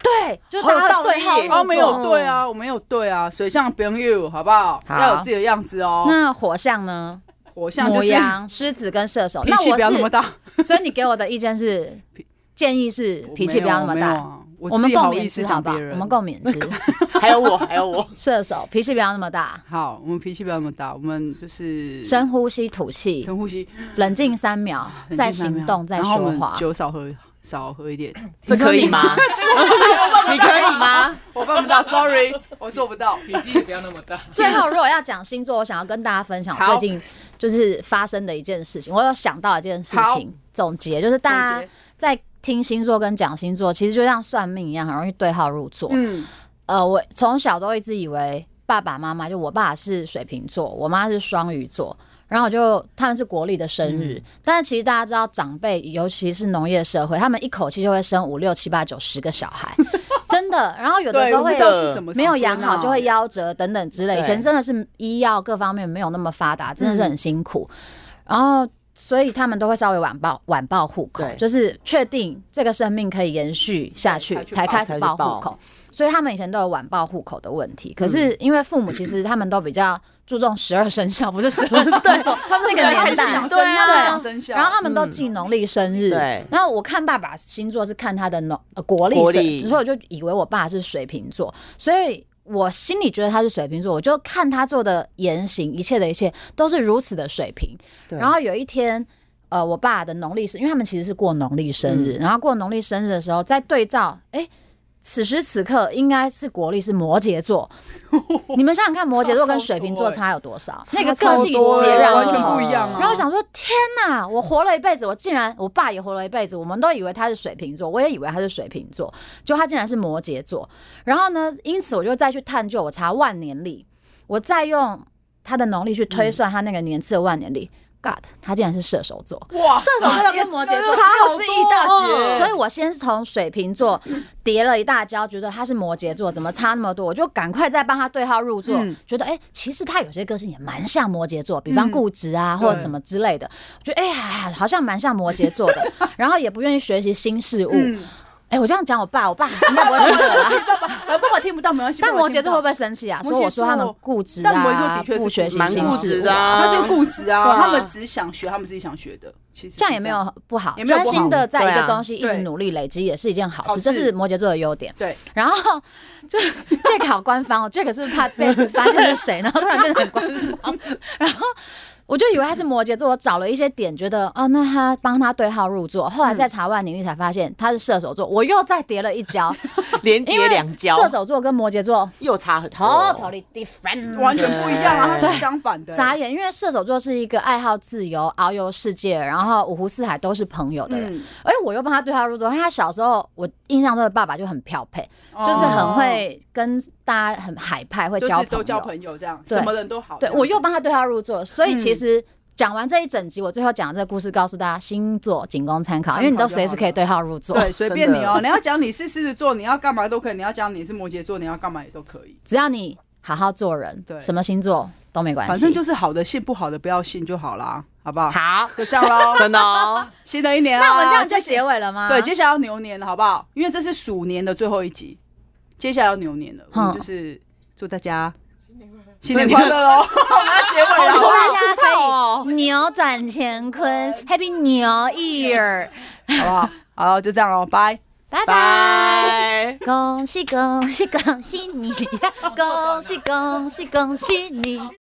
[SPEAKER 1] 对，就是大家
[SPEAKER 2] 好有道
[SPEAKER 1] 对
[SPEAKER 2] 理
[SPEAKER 1] 号入座。
[SPEAKER 3] 哦，没有对啊，我没有对啊，水象朋友，好不好？
[SPEAKER 1] 好
[SPEAKER 3] 要有自己的样子哦。
[SPEAKER 1] 那火象呢？
[SPEAKER 3] 火象就
[SPEAKER 1] 母
[SPEAKER 3] 是
[SPEAKER 1] 羊、狮子跟射手。
[SPEAKER 3] 脾
[SPEAKER 1] 那
[SPEAKER 3] 气
[SPEAKER 1] 我
[SPEAKER 3] 不要那么
[SPEAKER 1] 是，
[SPEAKER 3] 大，
[SPEAKER 1] 所以你给我的意见是 建议是脾气不要那么
[SPEAKER 3] 我没有
[SPEAKER 1] 大。
[SPEAKER 3] 啊。
[SPEAKER 1] 我
[SPEAKER 3] 我自
[SPEAKER 1] 们
[SPEAKER 3] 己
[SPEAKER 1] 共
[SPEAKER 3] 好
[SPEAKER 1] 勉
[SPEAKER 3] 意思
[SPEAKER 1] 之好
[SPEAKER 3] 讲
[SPEAKER 1] 不好？
[SPEAKER 3] 别人，
[SPEAKER 1] 我们共勉之。
[SPEAKER 2] 还有我，还有我，
[SPEAKER 1] 射手脾气不要那么大，
[SPEAKER 3] 好，我们脾气不要那么大，我们就是
[SPEAKER 1] 深呼吸吐气，
[SPEAKER 3] 深呼吸，
[SPEAKER 1] 冷静三秒，
[SPEAKER 3] 冷静
[SPEAKER 1] 再
[SPEAKER 3] 三秒
[SPEAKER 1] 行动，再
[SPEAKER 3] 然后我
[SPEAKER 1] 说
[SPEAKER 3] 们
[SPEAKER 1] 话。
[SPEAKER 3] 酒少喝，少喝一点。
[SPEAKER 2] 这可以吗？你可以吗？
[SPEAKER 3] 我办不到，sorry，我做不到。
[SPEAKER 4] 脾气也不要那么大。
[SPEAKER 1] 最后，如果要讲星座，我想要跟大家分享
[SPEAKER 3] 好
[SPEAKER 1] 我最近就是发生的一件事情，我有想到一件事
[SPEAKER 3] 好
[SPEAKER 1] 情总结，就是大
[SPEAKER 3] 总
[SPEAKER 1] 家
[SPEAKER 3] 结
[SPEAKER 1] 在听星座跟讲星座，其实就像算命一样，很容易对号入座。
[SPEAKER 3] 嗯，
[SPEAKER 1] 呃，我从小都一直以为爸爸妈妈，就我爸是水瓶座，我妈是双鱼座，然后我就他们是国历的生日，
[SPEAKER 3] 嗯
[SPEAKER 1] 但是其实大家知道，长辈尤其是农业社会，他们一口气就会生五六七八九十个小 孩，真的。然后有的
[SPEAKER 3] 对，
[SPEAKER 1] 时
[SPEAKER 3] 我
[SPEAKER 1] 候
[SPEAKER 3] 不
[SPEAKER 1] 会
[SPEAKER 3] 知道是什么时
[SPEAKER 1] 没
[SPEAKER 3] 间啊，
[SPEAKER 1] 有养好就会夭折等等之类。以前
[SPEAKER 2] 对
[SPEAKER 1] 真的是医药各方面没有那么发达，真的是很辛苦。然后，所以他们都会稍微晚报晚报户口
[SPEAKER 2] 对，
[SPEAKER 1] 就是确定这个生命可以延续下去
[SPEAKER 3] 对才去
[SPEAKER 1] 才开
[SPEAKER 2] 报
[SPEAKER 1] 始报户口。所以他们以前都有晚报户口的问题。可是因为父母其实他们都比较注重十二生肖，不是十二星座那个
[SPEAKER 3] 对，
[SPEAKER 1] 年
[SPEAKER 3] 他是
[SPEAKER 1] 代
[SPEAKER 3] 讲。生
[SPEAKER 2] 对啊
[SPEAKER 3] 他是讲生肖，
[SPEAKER 1] 然后他们都记农历生日，
[SPEAKER 2] 对
[SPEAKER 1] 然后我看爸爸星座是看他的农呃国历
[SPEAKER 2] 国
[SPEAKER 1] 生，
[SPEAKER 2] 历
[SPEAKER 1] 所以我就以为我爸是水瓶座，所以我心里觉得他是水瓶座，我就看他做的言行，一切的一切都是如此的水平。
[SPEAKER 2] 对
[SPEAKER 1] 然后有一天，呃，我爸的农历生，因为他们其实是过农历生日，然后过农历生日的时候再对照，哎。此时此刻应该是国历是摩羯座，你们想想看，摩羯座跟水瓶座差有多少？那个个性
[SPEAKER 2] 多
[SPEAKER 1] 截
[SPEAKER 2] 了
[SPEAKER 1] 然
[SPEAKER 3] 完
[SPEAKER 1] 不
[SPEAKER 3] 全
[SPEAKER 1] 同
[SPEAKER 3] 不。一样啊。
[SPEAKER 1] 然后我想说，天哪！我活了一辈子，我竟然我爸也活了一辈子，我们都以为他是水瓶座，我也以为他是水瓶座，就他竟然是摩羯座。然后呢，因此我就再去探究，我查万年历，我再用他的农历去推算他那个年次的万年历。God，他竟然是射手座，
[SPEAKER 3] 哇
[SPEAKER 1] 射
[SPEAKER 3] 塞，
[SPEAKER 1] 手座又跟摩羯座
[SPEAKER 3] 差好多哦差是一大截
[SPEAKER 1] 所以我先从水瓶座叠了一大跤，觉得他是摩羯座，怎么差那么多？我就赶快再帮他对号入座，
[SPEAKER 3] 嗯
[SPEAKER 1] 觉得哎、其实他有些个性也蛮像摩羯座，比方
[SPEAKER 3] 嗯
[SPEAKER 1] 固执啊、或者什么之类的，我觉得哎呀，好像蛮像摩羯座 的，然后也不愿意学习新事物。
[SPEAKER 3] 嗯，
[SPEAKER 1] 哎、我这样讲我爸，我爸应该不会听这个啦。
[SPEAKER 3] 呃，爸爸听不到没关系。
[SPEAKER 1] 但摩羯
[SPEAKER 3] 听不
[SPEAKER 1] 座
[SPEAKER 3] 到
[SPEAKER 1] 会不会生气啊？
[SPEAKER 3] 摩羯
[SPEAKER 1] 说我说他们
[SPEAKER 3] 座
[SPEAKER 1] 固执啊，
[SPEAKER 3] 但摩羯座的确是
[SPEAKER 1] 不学习
[SPEAKER 2] 蛮
[SPEAKER 1] 新
[SPEAKER 2] 固
[SPEAKER 1] 事
[SPEAKER 2] 执
[SPEAKER 1] 物
[SPEAKER 2] 的啊
[SPEAKER 3] 他就固执
[SPEAKER 2] 对
[SPEAKER 3] 啊，
[SPEAKER 2] 啊
[SPEAKER 3] 他们只想学他们自己想学的，其实是
[SPEAKER 1] 这样也没有不好
[SPEAKER 3] 也，没有不
[SPEAKER 1] 专
[SPEAKER 3] 好
[SPEAKER 1] 心的在一
[SPEAKER 2] 对
[SPEAKER 1] 个
[SPEAKER 2] 啊
[SPEAKER 1] 东西一直
[SPEAKER 3] 对
[SPEAKER 1] 努力累积也是一件好
[SPEAKER 3] 好
[SPEAKER 1] 事，这
[SPEAKER 3] 事
[SPEAKER 1] 是摩羯座的优点。
[SPEAKER 3] 对，
[SPEAKER 1] 然后 就 Jack 好官方哦，Jack 是不是怕被发现是谁，然后突然变得很官 方，然后。我就以为他是摩羯座，我找了一些点，觉得哦，那他帮他对号入座。后来
[SPEAKER 3] 嗯
[SPEAKER 1] 再查万年历才发现他是射手座，我又再叠了一 跤，
[SPEAKER 2] 连
[SPEAKER 1] 因
[SPEAKER 2] 叠
[SPEAKER 1] 为
[SPEAKER 2] 两跤，
[SPEAKER 1] 射手座跟摩羯座
[SPEAKER 2] 又差很多。
[SPEAKER 1] totally different，
[SPEAKER 3] 哦完全不一样啊，
[SPEAKER 2] 对
[SPEAKER 3] 他是相反的。
[SPEAKER 1] 傻眼，因为射手座是一个爱好自由、遨游世界，然后五湖四海都是朋友的人。
[SPEAKER 3] 嗯
[SPEAKER 1] 而哎我又帮他对号入座，因为他小时候我印象中的爸爸就很漂配，
[SPEAKER 3] 哦
[SPEAKER 1] 就是很会跟大家很海派，会
[SPEAKER 3] 就是
[SPEAKER 1] 交
[SPEAKER 3] 都
[SPEAKER 1] 朋
[SPEAKER 3] 交
[SPEAKER 1] 友。
[SPEAKER 3] 朋友这样，
[SPEAKER 1] 对
[SPEAKER 3] 什么人都好。
[SPEAKER 1] 对
[SPEAKER 3] 这样子嗯
[SPEAKER 1] 我又帮他对号入座，所以其实讲完这一整集，我最后讲的这个故事，告诉大家星座仅供参考，因为你都随时可以对号入座，
[SPEAKER 3] 对随便你
[SPEAKER 2] 真
[SPEAKER 3] 哦
[SPEAKER 2] 的，
[SPEAKER 3] 你要讲你是狮子座，你要干嘛都可以；你要讲你是摩羯座，你要干嘛也都可以。
[SPEAKER 1] 只要你好好做人，
[SPEAKER 3] 对
[SPEAKER 1] 什么星座都没关系。
[SPEAKER 3] 反正就是好的信，不好的不要信就好啦，好不好？
[SPEAKER 1] 好，
[SPEAKER 3] 就这样 喽。
[SPEAKER 2] 真的哦，
[SPEAKER 3] 新的一年啊，
[SPEAKER 1] 那我们这样就
[SPEAKER 3] 结
[SPEAKER 1] 结尾了吗？
[SPEAKER 3] 对，接下来要牛年了，好不好？因为这是鼠年的最后一集，接下来要牛年了，我们
[SPEAKER 1] 嗯
[SPEAKER 3] 就是祝大家新年快乐喽！ 我们要结尾了，
[SPEAKER 1] 祝
[SPEAKER 3] 好不好
[SPEAKER 1] 大家 可以扭转乾坤，Happy New Year，
[SPEAKER 3] 好不好？好，就这样喽，拜。
[SPEAKER 1] 拜拜。
[SPEAKER 2] 拜。
[SPEAKER 1] 恭喜恭喜恭喜你！恭喜恭喜恭喜你！